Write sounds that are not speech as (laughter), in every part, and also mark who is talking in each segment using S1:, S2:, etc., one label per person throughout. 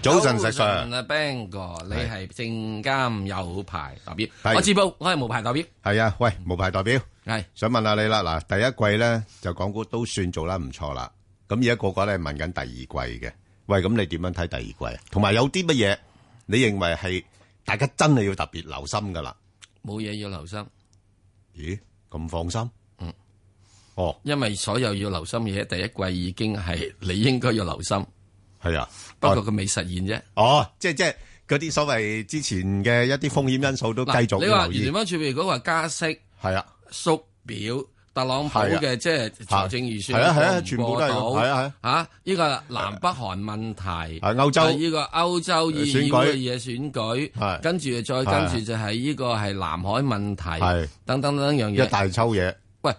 S1: 早晨石 Sir
S2: 啊，Bang 哥，你係證監有牌代表，
S1: 係
S2: 我自報我係無牌代表，
S1: 係啊，喂，無牌代表，
S2: 係
S1: 想問下你啦。嗱，第一季咧就港股都算做得唔錯啦。咁而家個個咧問緊第二季嘅，喂，咁你點樣睇第二季啊？同埋有啲乜嘢你認為係大家真係要特別留心噶啦？
S2: 冇嘢要留心，
S1: 咦，咁放心？
S2: 嗯，
S1: 哦，
S2: 因為所有要留心嘅嘢，第一季已經係 (laughs) 你應該要留心，
S1: 係啊，
S2: 不過佢未實現啫。
S1: 哦，即係即係嗰啲所謂之前嘅一啲風險因素都繼
S2: 嗱
S1: 續
S2: 你
S1: 要
S2: 話
S1: 留
S2: 聯
S1: 意，
S2: 邦儲備嗰個加息
S1: 係啊，
S2: 縮表。特朗普
S1: 係啊
S2: 嘅即係財政預算
S1: 係啊係啊
S2: 過唔
S1: 全部都
S2: 過
S1: 係
S2: 到
S1: 係啊係啊
S2: 嚇呢個南北韓問題，
S1: 係啊歐洲
S2: 係呢個歐洲議會嘅嘢選舉，
S1: 係
S2: 跟住再
S1: 係啊
S2: 跟住就係呢個係南海問題，
S1: 係
S2: 等等等樣
S1: 一
S2: 嘢。
S1: 大抽嘢。
S2: 喂，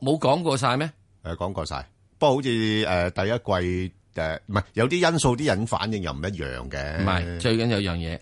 S2: 冇講過晒咩？
S1: 诶，讲过晒。不過好似诶、誒第一季诶，唔、係有啲因素啲人反應又唔一樣嘅。
S2: 唔係，最緊要有樣嘢，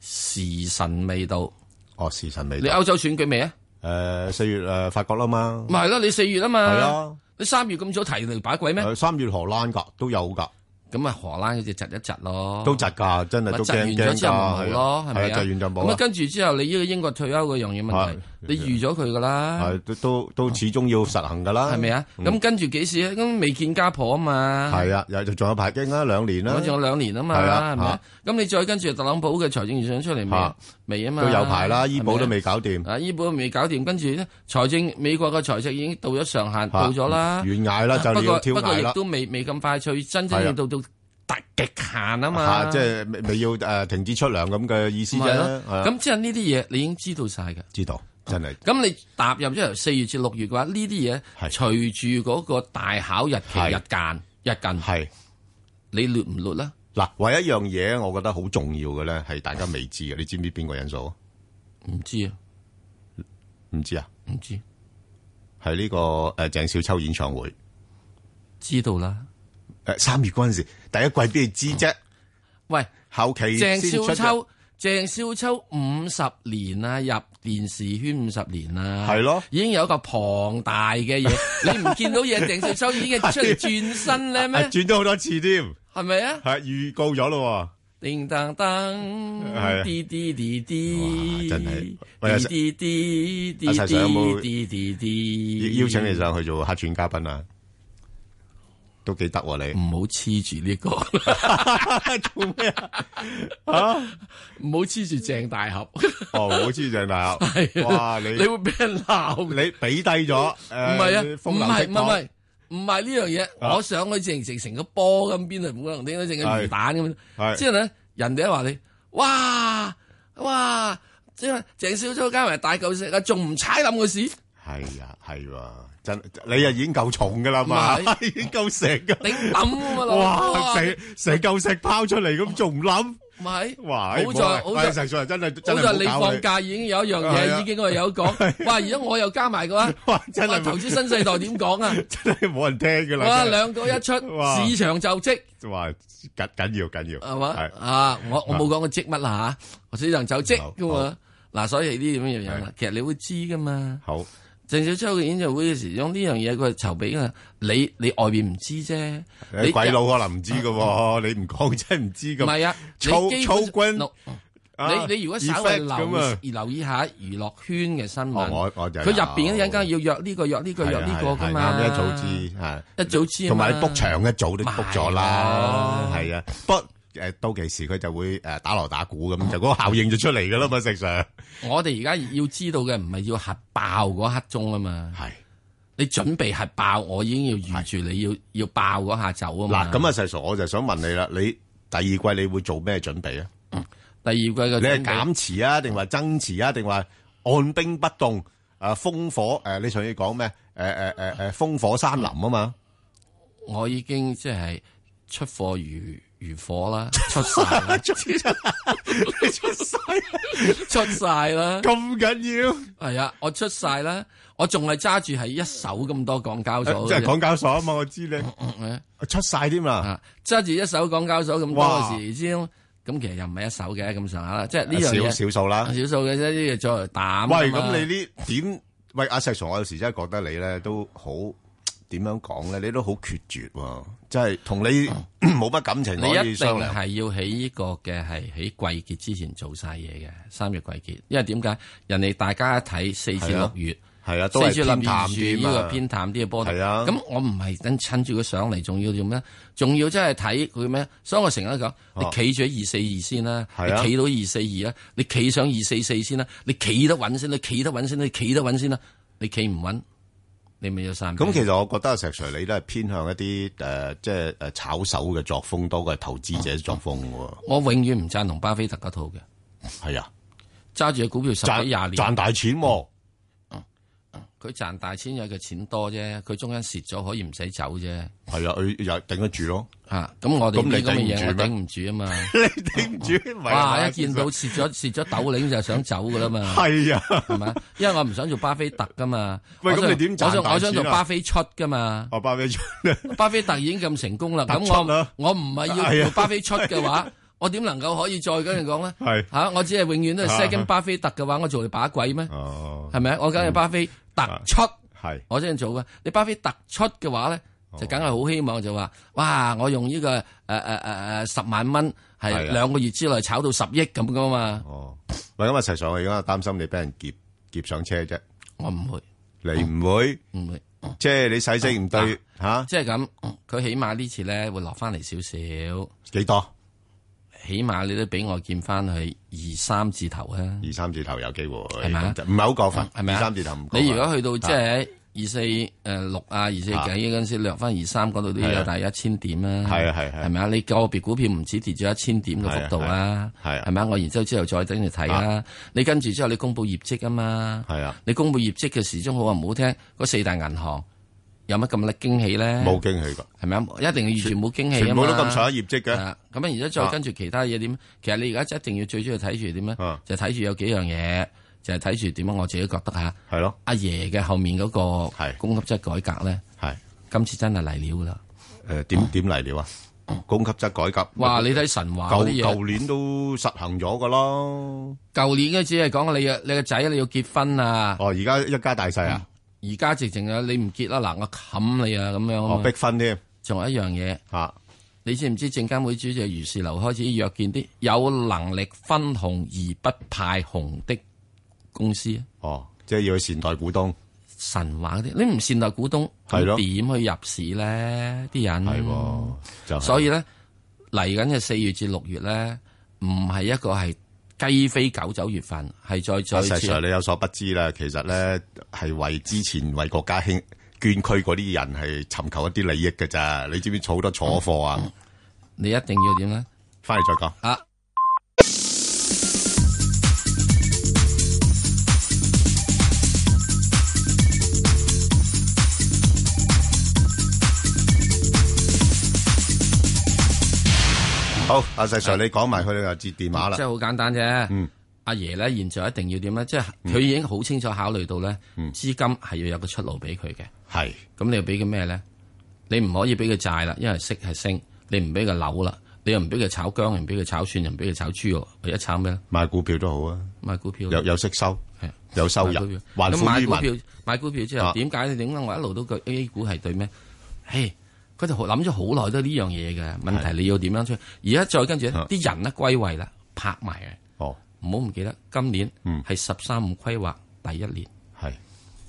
S2: 時辰未到。
S1: 哦，時辰未
S2: 你
S1: 到。
S2: 歐洲選舉未啊？
S1: 诶，四、月诶、誒法國啦嘛，
S2: 咪係咯，你四月啊
S1: 係
S2: 嘛，
S1: 啊，
S2: 你三月咁早提嚟擺鬼咩？
S1: 誒三月荷蘭㗎都有㗎，
S2: 咁啊，荷蘭嗰只窒一窒咯，
S1: 都窒㗎，真係
S2: 哦咪
S1: 都
S2: 窒
S1: 驚
S2: 完
S1: 驚
S2: 咗
S1: 㗎。
S2: 之後冇咯，係咪
S1: 係啊
S2: 啊？
S1: 窒完就
S2: 咁
S1: 冇
S2: 啊，
S1: 啦。
S2: 跟住之後，你呢個英國退休嗰樣嘢問題
S1: 係，
S2: 你預咗佢噶啦，
S1: 係都都都始終要實行㗎啦。
S2: 係咪啊？咁跟住幾時啊？咁未見家婆啊嘛，
S1: 係啊，又仲有排經啦，兩年啦
S2: 我，仲有兩年啊嘛，
S1: 係啊
S2: 係咪啊？咁你再跟住特朗普嘅財政預算出嚟未啊
S1: 嚇？
S2: 未啊嘛，
S1: 都有排啦，
S2: 係咪啊
S1: 醫保都。未搞掂，
S2: 啊！醫保未搞掂，跟住咧財政美國嘅財政已經到咗上限，
S1: 嚇
S2: 到咗啦。
S1: 懸崖啦，就
S2: 啊不
S1: 嚟
S2: 過
S1: 要
S2: 不
S1: 挑
S2: 過
S1: 崖
S2: 亦
S1: 啦。
S2: 都未未咁快脆，真正
S1: 係
S2: 要
S1: 啊
S2: 到到達極限啊嘛。
S1: 嚇即係未未要誒停止出糧咁嘅意思
S2: 咪
S1: 啫。
S2: 係
S1: 係
S2: 咯。
S1: 啊
S2: 咁即係呢啲嘢，你已經知道晒嘅。
S1: 知道真係
S2: 咁你踏入咗由四月至六月嘅話，呢啲嘢
S1: 係
S2: 隨住嗰個大考日期
S1: 係
S2: 日間日近，
S1: 係。
S2: 你劣唔劣啦？
S1: 嗱，唯一一樣嘢，我覺得好重要嘅咧，係大家未知嘅。你知唔知邊個因素？
S2: 唔知啊，
S1: 唔知啊，
S2: 唔知，
S1: 係呢、個誒、呃、鄭少秋演唱會。誒、呃
S2: 知道啦。
S1: 三月嗰陣時，第一季邊你知啫？
S2: 喂，
S1: 後期先
S2: 鄭
S1: 出
S2: 少
S1: 嘅
S2: 秋，鄭少秋五十年啦，入電視圈五十年啦，
S1: 係咯
S2: 已經有一個龐大嘅嘢，你唔見
S1: (laughs)
S2: 到嘢，鄭少秋已經出嚟轉身咧
S1: 啊
S2: 咩？
S1: 轉咗好多次添，
S2: 係咪啊？
S1: 係預告咗咯
S2: 叮當當，
S1: 啊
S2: 滴滴滴滴，
S1: 哇真係喂阿
S2: 滴滴滴滴
S1: 阿
S2: 滴
S1: Sir，有冇
S2: 滴滴
S1: 喎，
S2: 滴，
S1: 邀邀請你上去做客串嘉賓啊，都幾得喎
S2: 唔
S1: 你。
S2: (laughs) 好黐住呢個， (laughs)
S1: 做咩啊？啊？
S2: 唔好黐住鄭大俠，
S1: 哦，好知鄭大俠，
S2: 係啊 (laughs)
S1: 哇！你
S2: 你會俾人鬧嘅。
S1: 你俾低咗，唔
S2: 唔係啊，唔
S1: 風流
S2: 係
S1: 倜
S2: 唔
S1: 傥
S2: 係唔係呢樣嘢，
S1: 啊
S2: 我上去淨成成個波咁邊度，冇可能點解淨係魚
S1: 係
S2: 蛋咁樣？
S1: 係
S2: 之後咧，人哋一話你，哇哇，即係鄭少秋加埋大嚿石啊，仲唔踩冧個市？
S1: 系啊，系喎、真你啊已經夠重噶啦嘛，
S2: 唔
S1: (laughs) 已經夠石噶，
S2: 頂抌啊嘛，老
S1: 哇！成成嚿石拋出嚟咁，仲唔冧？
S2: 唔係。
S1: 哇！
S2: 好在好在
S1: 實在真係
S2: 好
S1: 真
S2: 在
S1: 係冇
S2: 你
S1: 搞 (laughs)
S2: 放假已經有一樣
S1: 係
S2: 嘢
S1: 啊
S2: 已經我有講，哇！而家我又加埋嘅話，
S1: 哇！ (laughs) 真
S2: 哇！
S1: 係
S2: 投資
S1: 冇 (laughs)
S2: 新世代點講啊？
S1: 真係冇人聽噶
S2: 哇！
S1: 啦，
S2: 兩個一出，
S1: 哇
S2: 市場就即。
S1: 真係哇！緊緊要緊要
S2: 系嘛
S1: 係
S2: 啊！我我冇講過積乜啦吓，我只能就積噶
S1: 好
S2: 嘛。嗱，所以呢啲咁樣樣啦，其實你會知噶嘛。
S1: 好
S2: 鄭少秋嘅演唱會嘅時鐘呢樣嘢佢係籌備啊，你你外邊唔知啫，你
S1: 誒鬼佬可能唔知噶 (laughs) 喎，你唔講真係唔知
S2: 唔
S1: 噶。
S2: 係啊，
S1: 操
S2: 你基
S1: 操
S2: 本
S1: 軍
S2: 上
S1: 啊
S2: 你你如果稍微
S1: effect
S2: 留
S1: 咁啊
S2: 而留意下娛樂圈嘅新
S1: 哦
S2: 聞，
S1: 我我就
S2: 佢入邊一陣間要約呢個約呢個
S1: 係
S2: 約
S1: 啊
S2: 呢個噶
S1: 係
S2: 嘛，
S1: 啱一早知係。
S2: 一早知啊嘛，
S1: 同埋你 book 場一早都 book 咗啦，
S2: 咪係
S1: 係啊，不過誒到期時佢就會誒打鑼打鼓咁，就嗰個效應就出嚟噶啦嘛，石 Sir
S2: 我哋而家要知道嘅唔係要核爆嗰刻鐘啊嘛。
S1: 係
S2: 你準備核爆，我已經要預住你要要爆嗰下走啊嘛。
S1: 嗱，咁啊，石 Sir 我就想問你啦，你第二季你會做咩準備啊？
S2: 第二季嘅
S1: 你係
S2: 準備
S1: 減持啊，定話增持啊，定話按兵不動啊？烽火誒，你上次講咩？誒誒誒誒，烽火山林
S2: (laughs)
S1: 啊嘛，
S2: 我已經即係出貨如如
S1: (laughs)，
S2: 火啦，出晒啦
S1: 出晒
S2: 出晒啦，
S1: 咁緊要，
S2: 係啊，我出晒啦，我仲係揸住係一手咁多港交所
S1: 即係
S2: 嘅
S1: 港交所啊嘛，我知你
S2: 啫
S1: 出晒添啦，
S2: 啊，揸住一手港交所咁多
S1: 哇
S2: 嘅時之，咁其實又唔係一手嘅咁上下啦，即係呢樣
S1: 少
S2: 嘢
S1: 少數啦
S2: 啊少。數嘅啫，呢個作為膽啊嘛。
S1: 喂，咁你呢點？喂，阿石 Sir，我有時真係覺得你咧都好點樣講咧？你都好決絕喎，即係同你 (coughs) 冇乜感情
S2: 嗯你
S1: 可
S2: 一
S1: 以
S2: 定
S1: 商量。
S2: 係要喺呢個嘅係喺季結之前做晒嘢嘅三月季結，因為點解人哋大家一睇四至
S1: 係
S2: 六
S1: 啊
S2: 月，
S1: 係啊，都
S2: 四
S1: 係
S2: 至六
S1: 偏
S2: 月
S1: 淡
S2: 預
S1: 啲
S2: 呢個
S1: 嘛。
S2: 偏淡啲嘅波動。
S1: 係啊
S2: 咁我唔係等趁住佢上嚟，仲要做咩？仲要真係睇佢咩？所以我成日都講，
S1: 哦
S2: 你企住喺二四二先啦，
S1: 係啊
S2: 你企到二四二啦，你企上二四四先啦，你企得穩先啦，你企得穩先啦，你企得穩先啦，你企唔穩，你咪有散。
S1: 咁其實我覺得石 Sir 你都係偏向一啲誒、呃即係誒炒手嘅作風多過係投資者作風喎。
S2: 我永遠唔贊同巴菲特嗰套嘅，
S1: 係啊，
S2: 揸住嘅股票十
S1: 賺
S2: 幾廿年。
S1: 賺大錢喎、
S2: 佢賺大錢有佢錢多啫，佢中間蝕咗可以唔使走啫。
S1: 係啊，佢又頂得住咯。 (laughs)
S2: 啊，咁我哋
S1: 咁你
S2: 呢啲咁
S1: 頂
S2: 嘅
S1: 唔
S2: 嘢我
S1: 住咩
S2: 頂
S1: (laughs)
S2: 唔住啊嘛！
S1: 你頂唔住？唔係啊
S2: 哇，
S1: 嘛
S2: 一見到蝕咗蝕咗斗領就想走噶啦嘛，
S1: 係啊，
S2: 係
S1: (laughs)
S2: 咪？因為我唔想做巴菲特噶嘛。
S1: 喂
S2: 我想
S1: 咁你點賺
S2: 我
S1: 大
S2: 想
S1: 錢啊
S2: 我想做巴菲出噶嘛？
S1: 我包俾出
S2: 巴菲特已經咁成功啦，咁
S1: 突出
S2: 我
S1: 啦
S2: 我唔係
S1: (laughs) 係
S2: 要
S1: 啊
S2: 做巴菲出嘅話，
S1: (laughs)
S2: 我點能夠可以再咁樣講咧？
S1: 係啊
S2: 吓，我只係永遠都係 second 巴菲特嘅話，我做你把鬼咩？
S1: 哦，
S2: 係咪？我梗係巴菲特
S1: 啊
S2: 出。
S1: 係
S2: 我真係做嘅。你巴菲特出嘅話咧，
S1: 哦
S2: 就梗係好希望就話，哇！我用呢、個呃誒誒誒誒十萬蚊係
S1: 係啊
S2: 兩個月之內炒到十億咁噶嘛，
S1: 哦。喂，咁啊，石 Sir，我而家擔心你俾人劫劫上車啫。
S2: 我唔會
S1: 你唔會，
S2: 唔會，
S1: 即係你細息唔
S2: 哦
S1: 對吓
S2: 即係咁，佢起碼呢次咧會落翻嚟少少，
S1: 幾多？
S2: 起碼你都俾我見翻去二三字頭啊，
S1: 二三字頭有機會，
S2: 係咪啊
S1: 咁就唔係好過分，
S2: 係咪
S1: 二
S2: 啊？
S1: 三字頭唔過分。
S2: 你如果去
S1: 啊
S2: 到即係二四誒六啊，二四幾嗰陣時略翻二三嗰度都
S1: 係
S2: 有
S1: 啊
S2: 大約一千點啦，
S1: 係啊係啊係啊
S2: 係咪啊？你個別股票唔止跌咗一千點嘅幅度啦，
S1: 係啊係啊
S2: 係咪啊？我然之後之後再等你睇啦，你跟住之後你公佈業績啊嘛，
S1: 係啊，
S2: 你公佈業績嘅時鐘好話唔好聽，嗰四大銀行有乜咁叻驚喜咧？
S1: 冇驚喜㗎，
S2: 係咪啊？一定要完全冇驚喜啊嘛
S1: 全部都咁上下業績嘅。
S2: 啊咁啊，然之後再跟住其他嘢點？其實你而家一定要最主要睇住點咧
S1: 啊，
S2: 就睇住有幾樣嘢，就係睇住點樣。啊我自己覺得嚇。
S1: 係咯，
S2: 阿爺嘅後面嗰個
S1: 係
S2: 供給側改革咧，
S1: 係
S2: 今次真係嚟料啦！
S1: 誒點點嚟料啊？供給側改革，
S2: 哦哇！你睇神話嗰
S1: 舊
S2: 啲嘢，
S1: 舊年都實行咗㗎咯。
S2: 舊年嘅只係講你嘅你個仔你要結婚啊，
S1: 哦，而家一家大細啊，
S2: 而家直情啊你唔結啦，嗱我冚你啊咁樣
S1: 哦
S2: 啊嘛
S1: 逼婚添
S2: 仲有一樣嘢，
S1: 嚇，
S2: 你知唔知證監會主席余士流開始約見啲有能力分紅而不派紅的公司啊？
S1: 哦，即係要去善待股
S2: 嗯
S1: 東，
S2: 神話嗰啲，你唔善待股東，
S1: 係
S2: 咁
S1: 咯
S2: 點去入市咧？啲人
S1: 係喎，就係
S2: 所以咧嚟緊嘅四月至六月咧，唔係一個係雞飛狗走月份，係再
S1: 阿
S2: 再
S1: Sir
S2: 次。
S1: 你有所不知啦，其實咧係為之前為國家興捐軀嗰啲人係尋求一啲利益嘅咋，你知唔知儲好多坐貨啊？
S2: 你一定要點咧？
S1: 翻嚟再講。
S2: 啊！
S1: 好，阿石 Sir 你講埋佢你又接電話啦
S2: 即係。好簡單啫。
S1: 嗯
S2: 阿爺咧，現在一定要點咧？即係佢已經好清楚考慮到咧，
S1: 嗯
S2: 資金係要有個出路俾佢嘅。
S1: 係
S2: 咁你要俾佢咩咧？你唔可以俾佢債啦，因為息係升；你唔俾佢樓啦，你又唔俾佢炒姜，又唔俾佢炒蒜，又唔俾佢炒豬肉，唯一炒咩咧？
S1: 買股票都好啊，
S2: 買股票。
S1: 有有息收
S2: 係，
S1: 有收
S2: 買股票
S1: 入，還
S2: 咁
S1: 富
S2: 買
S1: 於
S2: 股
S1: 民。
S2: 票，買股票之後
S1: 啊
S2: 點解你點解我一路都覺 A 股係對咩？嘿，佢就諗咗好耐都係呢樣嘢嘅問題，你要點樣出？而家再跟住呢
S1: 啊
S2: 啲人咧歸位啦，拍埋啊！
S1: 哦，
S2: 唔好唔記得，今年
S1: 嗯
S2: 係十三五規劃第一年，
S1: 係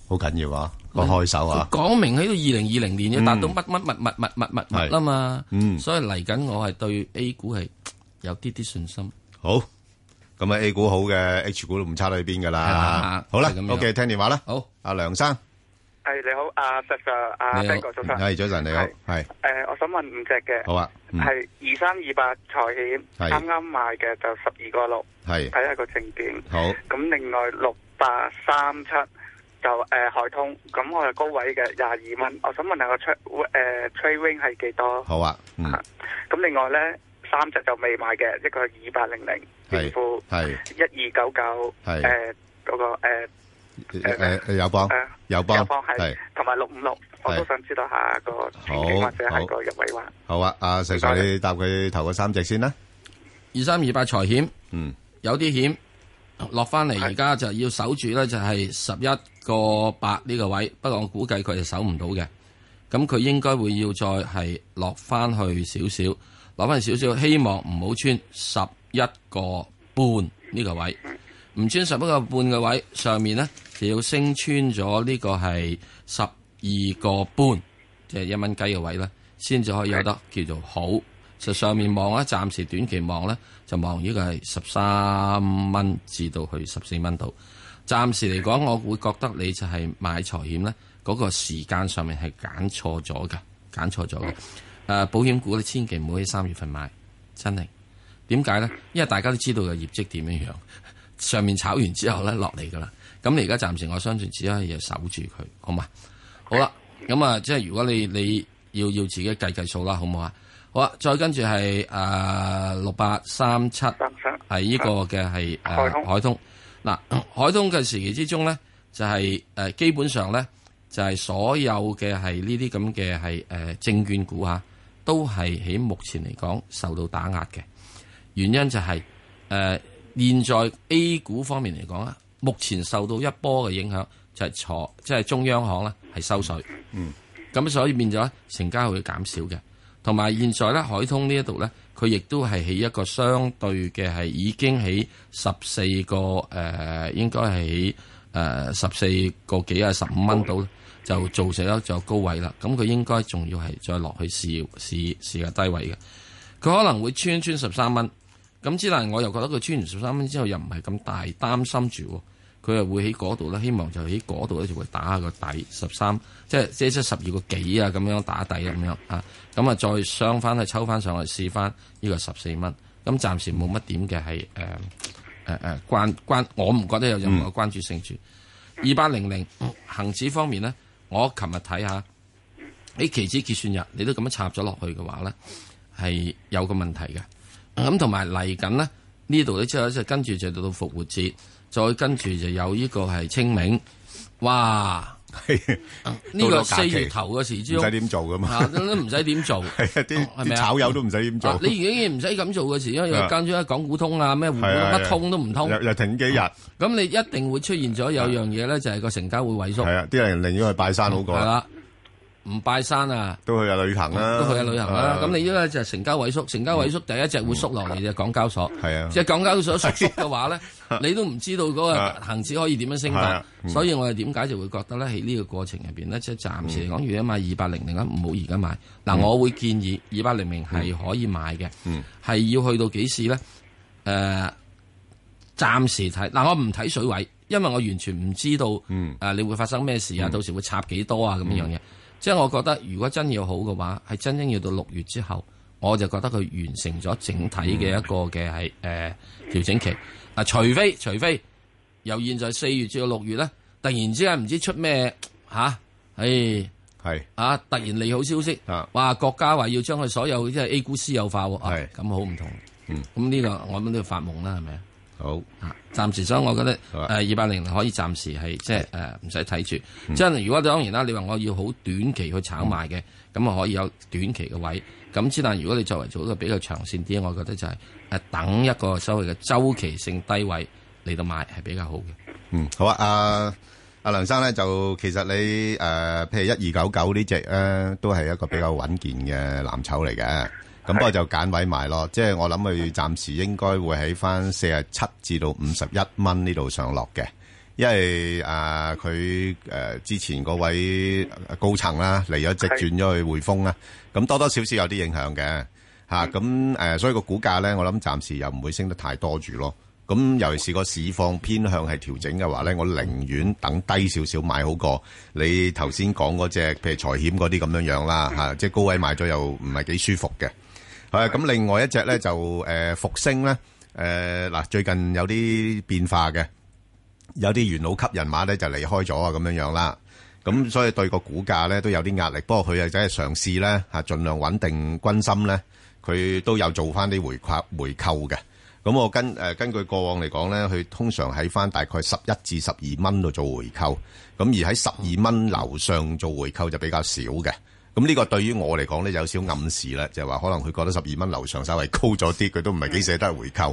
S1: 好緊要啊，個開手
S2: 佢
S1: 啊，
S2: 講明喺到二零二零年要達到乜乜乜乜乜乜乜乜
S1: 係
S2: 啦嘛
S1: 嗯，
S2: 所以嚟緊我係對 A 股係有啲啲信心。
S1: 好。咁啊，A 股好嘅，H 股都唔差到去邊噶
S2: 係
S1: 啦
S2: 啦。
S1: 好啦
S2: 係咁樣
S1: ，OK，聽電話啦。
S2: 好，
S1: 阿梁生，
S3: 系你好，啊阿石 Sir，阿
S2: 你好
S3: Ben 哥早晨。
S1: 係早晨，你好
S3: 係，
S1: 係
S3: 诶，我想问五只嘅，
S1: 好啊，嗯
S3: 系二三二八财险，
S1: 係
S3: 啱啱买嘅就十二个六，
S1: 係
S3: 睇下个证件。
S1: 好。
S3: 咁另外六八三七就诶海通，咁我係高位嘅廿二蚊。我想问下个 trade 诶 trade wing 系几多？
S1: 好啊，嗯，
S3: 咁另外咧三隻就未買嘅，一個係二八零零
S1: 係
S3: 盈富，
S1: 係
S3: 一二九九，
S1: 係
S3: 诶嗰個诶
S1: 誒誒友邦
S3: 诶
S1: 友邦
S3: 啊係
S1: 係
S3: 同埋六五六，我都
S1: 係
S3: 想知道下個前景
S1: 好
S3: 或者
S1: 好
S3: 係個入位話。
S1: 好啊，阿石 Sir
S3: 唔該
S1: 你答佢頭嗰三隻先啦，
S2: 二三二八財險
S1: 嗯，
S2: 有啲險落翻嚟，
S3: 係
S2: 而家就要守住咧，就係十一個八呢個位。不過我估計佢係守唔到嘅。咁佢應該會要再係落翻去少少，落翻少少，希望唔好穿十一個半呢個位，唔穿十一個半嘅位上面呢，就要升穿咗呢個係十二個半，即係一蚊雞嘅位呢，先至可以有得叫做好。實上面望咧，暫時短期望呢，就望呢個係十三蚊至到去十四蚊度。暫時嚟講，我會覺得你就係買財險呢嗰、個時間上面係揀錯咗嘅，揀錯咗嘅。誒、保險股你千祈唔好喺三月份買，真係點解呢？因為大家都知道嘅業績點樣樣， (laughs) 上面炒完之後呢落嚟噶啦。咁你而家暫時我相信只可以守住佢，好嘛？好啦，咁啊，即係如果你你要要自己計計數啦，好唔好啊？好啊，再跟住係誒六八三七。
S3: 三三
S2: 係呢個嘅係
S3: 啊海
S2: 誒
S3: 通
S2: 海通。嗱， (clears throat) 海通嘅時期之中咧，就係、誒、基本上咧，就係、所有嘅係呢啲咁嘅係誒證券股嚇，都係喺目前嚟講受到打壓嘅。原因就係、誒、現在 A 股方面嚟講啊，目前受到一波嘅影響，就係、坐即係、中央行咧係收水。
S3: 嗯
S2: 咁所以變咗成交會減少嘅。同埋現在咧，海通呢一度咧，佢亦都係喺一個相對嘅係已經喺十四個誒、呃，應該係誒十四個幾啊十五蚊度就造成咗就高位啦。咁佢應該仲要係再落去試試試下低位嘅。佢可能會穿穿十三蚊。咁之但係我又覺得佢穿完十三蚊之後又唔係咁大擔心住喎，佢又會喺嗰度咧，希望就喺嗰度咧就會打下個底十三，即係即係十二個幾啊咁樣打底咁樣啊，咁啊再上翻去抽翻上去試翻呢個十四蚊，咁暫時冇乜點嘅係誒誒誒關關，我唔覺得有任
S1: 嗯
S2: 何關注性住。二八零零恒指方面呢，我琴日睇下喺期指結算日，你都咁樣插咗落去嘅話呢，係有個問題嘅。咁同埋嚟緊呢，呢度咧之後就跟住就到復活節，再跟住就有呢個係清明。哇！呢
S1: 到
S2: 個
S1: 咗假
S2: 四
S1: 期
S2: 月頭嘅時之
S1: (laughs) 唔
S2: 中
S1: 使，點做噶嘛，
S2: 啊都唔使點做。
S1: 係啊，啲
S2: 係咪啊
S1: 啲炒友都唔使點做
S2: 啊，你已經唔使咁做嘅時，因為
S1: 啊
S2: 間中一港股通啊，咩互
S1: 係啊係啊
S2: 乜通都唔通，哦
S1: 又又停幾日，係
S2: 咁你一定會出現咗有樣嘢咧，就係個成交會萎縮。
S1: 啊，啲人寧願去拜山好過
S2: 係，啦，唔拜山啊，
S1: 都去下旅行啦，
S2: 都去下旅行啦
S1: 啊。
S2: 咁你依家就係成交萎縮，成交萎縮第一隻會縮落嚟就係港交所，
S1: 係啊
S2: 即係港交所縮縮嘅話咧，
S1: (laughs)
S2: 你都唔知道嗰個
S1: 啊
S2: 恒指可以點樣升
S1: 係啊
S2: 法。
S1: 嗯
S2: 所以我哋點解就會覺得咧喺呢個過程入邊咧，即係暫時嚟講，如果買二八零零咧，唔好而家買。
S1: 嗯
S2: 嗱，我會建議二八零零係可以買嘅，係要去到幾時咧？誒。暫時睇嗱，我唔睇水位，因為我完全唔知道誒、
S1: 嗯
S2: 啊你會發生咩事啊，到時會插幾多啊咁樣嘢。即係我覺得，如果真要好嘅話，係真正要到六月之後，我就覺得佢完成咗整體嘅一
S1: 嗯
S2: 個嘅係誒調整期。嗱、除非除非由現在四月至到六月咧，突然之間唔知出咩吓，唉
S1: 係
S2: 啊！突然利好消息
S1: 啊，
S2: 哇！國家話要將佢所有即係 A 股私有化喎，啊
S1: 係
S2: 咁好唔同。
S1: 嗯
S2: 咁呢個我諗都要發夢啦，係咪啊？
S1: 好
S2: 啊，暫時所以我覺得呃
S1: 好啊
S2: 誒二百零可以暫時係即係誒唔使睇
S1: 嗯
S2: 住。即係如果當然啦，你話我要好短期去炒賣嘅，咁啊可以有短期嘅位。咁之但如果你作為做一個比較長線啲，我覺得就係誒等一個所謂嘅周期性低位嚟到買係比較好嘅。
S1: 嗯，好啊，阿阿梁生咧就其實你誒，譬如一二九九呢只咧，都係一個比較穩健嘅藍籌嚟嘅。咁不過就揀位買咯，即係我諗佢暫時應該會喺翻四十七至到五十一蚊呢度上落嘅，因為啊佢誒之前嗰位呃高層啦嚟咗直
S3: 係
S1: 轉咗去匯豐啦，咁多多少少有啲影響嘅。吓咁誒，所以個股價咧，我諗暫時又唔會升得太多住咯。咁尤其是個市況偏向係調整嘅話咧，我寧願等低少少買好過你頭先講嗰只，譬如財險嗰啲咁樣樣啦嚇，即係高位買咗又唔係幾舒服嘅。係咁，另外一隻咧就誒復星咧誒嗱，最近有啲變化嘅，有啲元老級人馬咧就離開咗啊咁樣樣啦。咁所以對個股價咧都有啲壓力，不過佢又真係嘗試咧嚇，盡量穩定軍心咧，佢都有做翻啲回購回購嘅。咁我根誒、呃根據過往嚟講咧，佢通常喺翻大概十一至十二蚊度做回購，咁而喺十二蚊樓上做回購就比較少嘅。咁呢個對於我嚟講咧有少暗示啦，就係話可能佢覺得十二蚊樓上稍微高咗啲，佢都唔係幾捨得回購。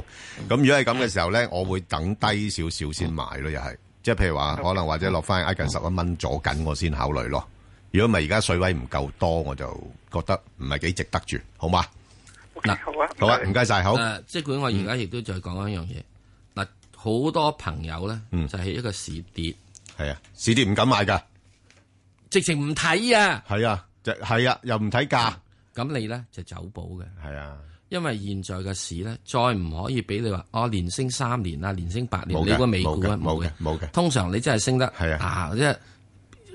S1: 咁如果係咁嘅時候咧，我會等低少少先買咯，又係即係譬如話可能或者落翻挨近十一蚊左緊，我先考慮咯。如果唔係而家水位唔夠多，我就覺得唔係幾值得住，好嘛？
S2: 嗱
S3: OK，好 (laughs) 啊，
S1: 好啊，唔該晒，好，嗯
S2: 誒，呃即管我而家亦都再講一樣嘢。嗱，好多朋友咧
S1: 嗯
S2: 就係一個市跌，
S1: 係啊，市跌唔敢買㗎，
S2: 直情唔睇啊！
S1: 係啊，就係啊，又唔睇價，
S2: 咁你咧就走寶嘅，
S1: 係啊，
S2: 因為現在嘅市咧再唔可以俾你話哦，連升三年啊，連升八年，
S1: 冇
S2: 你
S1: 嘅，
S2: 個美股
S1: 冇嘅，
S2: 啊
S1: 冇嘅，冇嘅，
S2: 通常你真係升得
S1: 係啊
S2: 啊，即係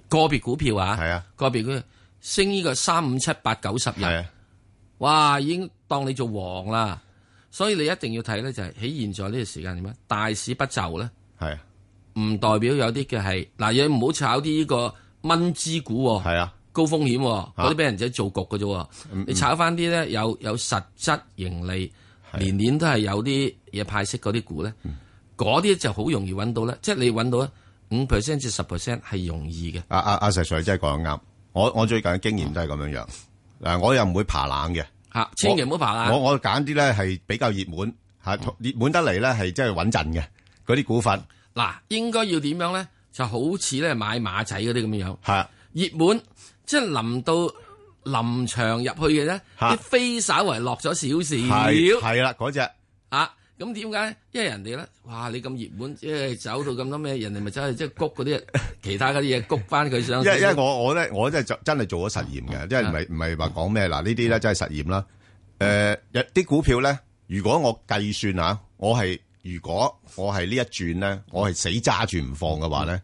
S2: 個別股票啊，
S1: 係啊，
S2: 個別股票升呢個三五七八九十日
S1: 係。啊，
S2: 哇，已經當你做王啦。所以你一定要睇咧，就係喺現在呢個時間點咧，大市不就咧，
S1: 係啊，
S2: 唔代表有啲嘅係嗱，你唔好炒啲呢個蚊枝股喎，
S1: 係啊，嗯
S2: 高風險喎，嗰啲俾人仔做局嘅啫喎。你炒翻啲咧有有實質盈利，
S1: 啊
S2: 年年都係有啲嘢派息嗰啲股咧，
S1: 嗯
S2: 嗰啲就好容易揾到咧，即係你揾到咧五 percent 至十 percent 係容易嘅。
S1: 阿阿阿石 Sir 真係講得啱，我我最近嘅經驗都係咁樣樣，嗱，我又唔會爬冷嘅。
S2: 嚇，啊千祈唔好爬
S1: 我
S2: 啦。
S1: 我拣啲咧係比較熱門吓，嚇
S2: 嗯
S1: 熱門得嚟咧係真係穩陣嘅嗰啲股份
S2: 嗱，應該要點樣咧？就好似咧買馬仔嗰啲咁樣樣。
S1: 係
S2: 熱門，即係臨到臨場入去嘅咧，
S1: 嚇
S2: 啲飛稍為落咗
S1: 係
S2: 少少
S1: 係啦嗰只
S2: 啊。咁點解咧？因為人哋咧，哇！你咁熱門，即係走到咁多咩，人哋咪走去即係谷嗰啲其他嗰啲嘢，谷翻佢上去。
S1: 因因為我我咧我真係做真係做咗實驗
S2: 啊
S1: 嘅，因為唔係唔係話講咩嗱呢啲咧真係實驗啦。诶、有啲股票咧，如果我計算啊，我係如果我係呢一轉咧，我係死揸住唔放嘅話
S2: 嗯
S1: 咧，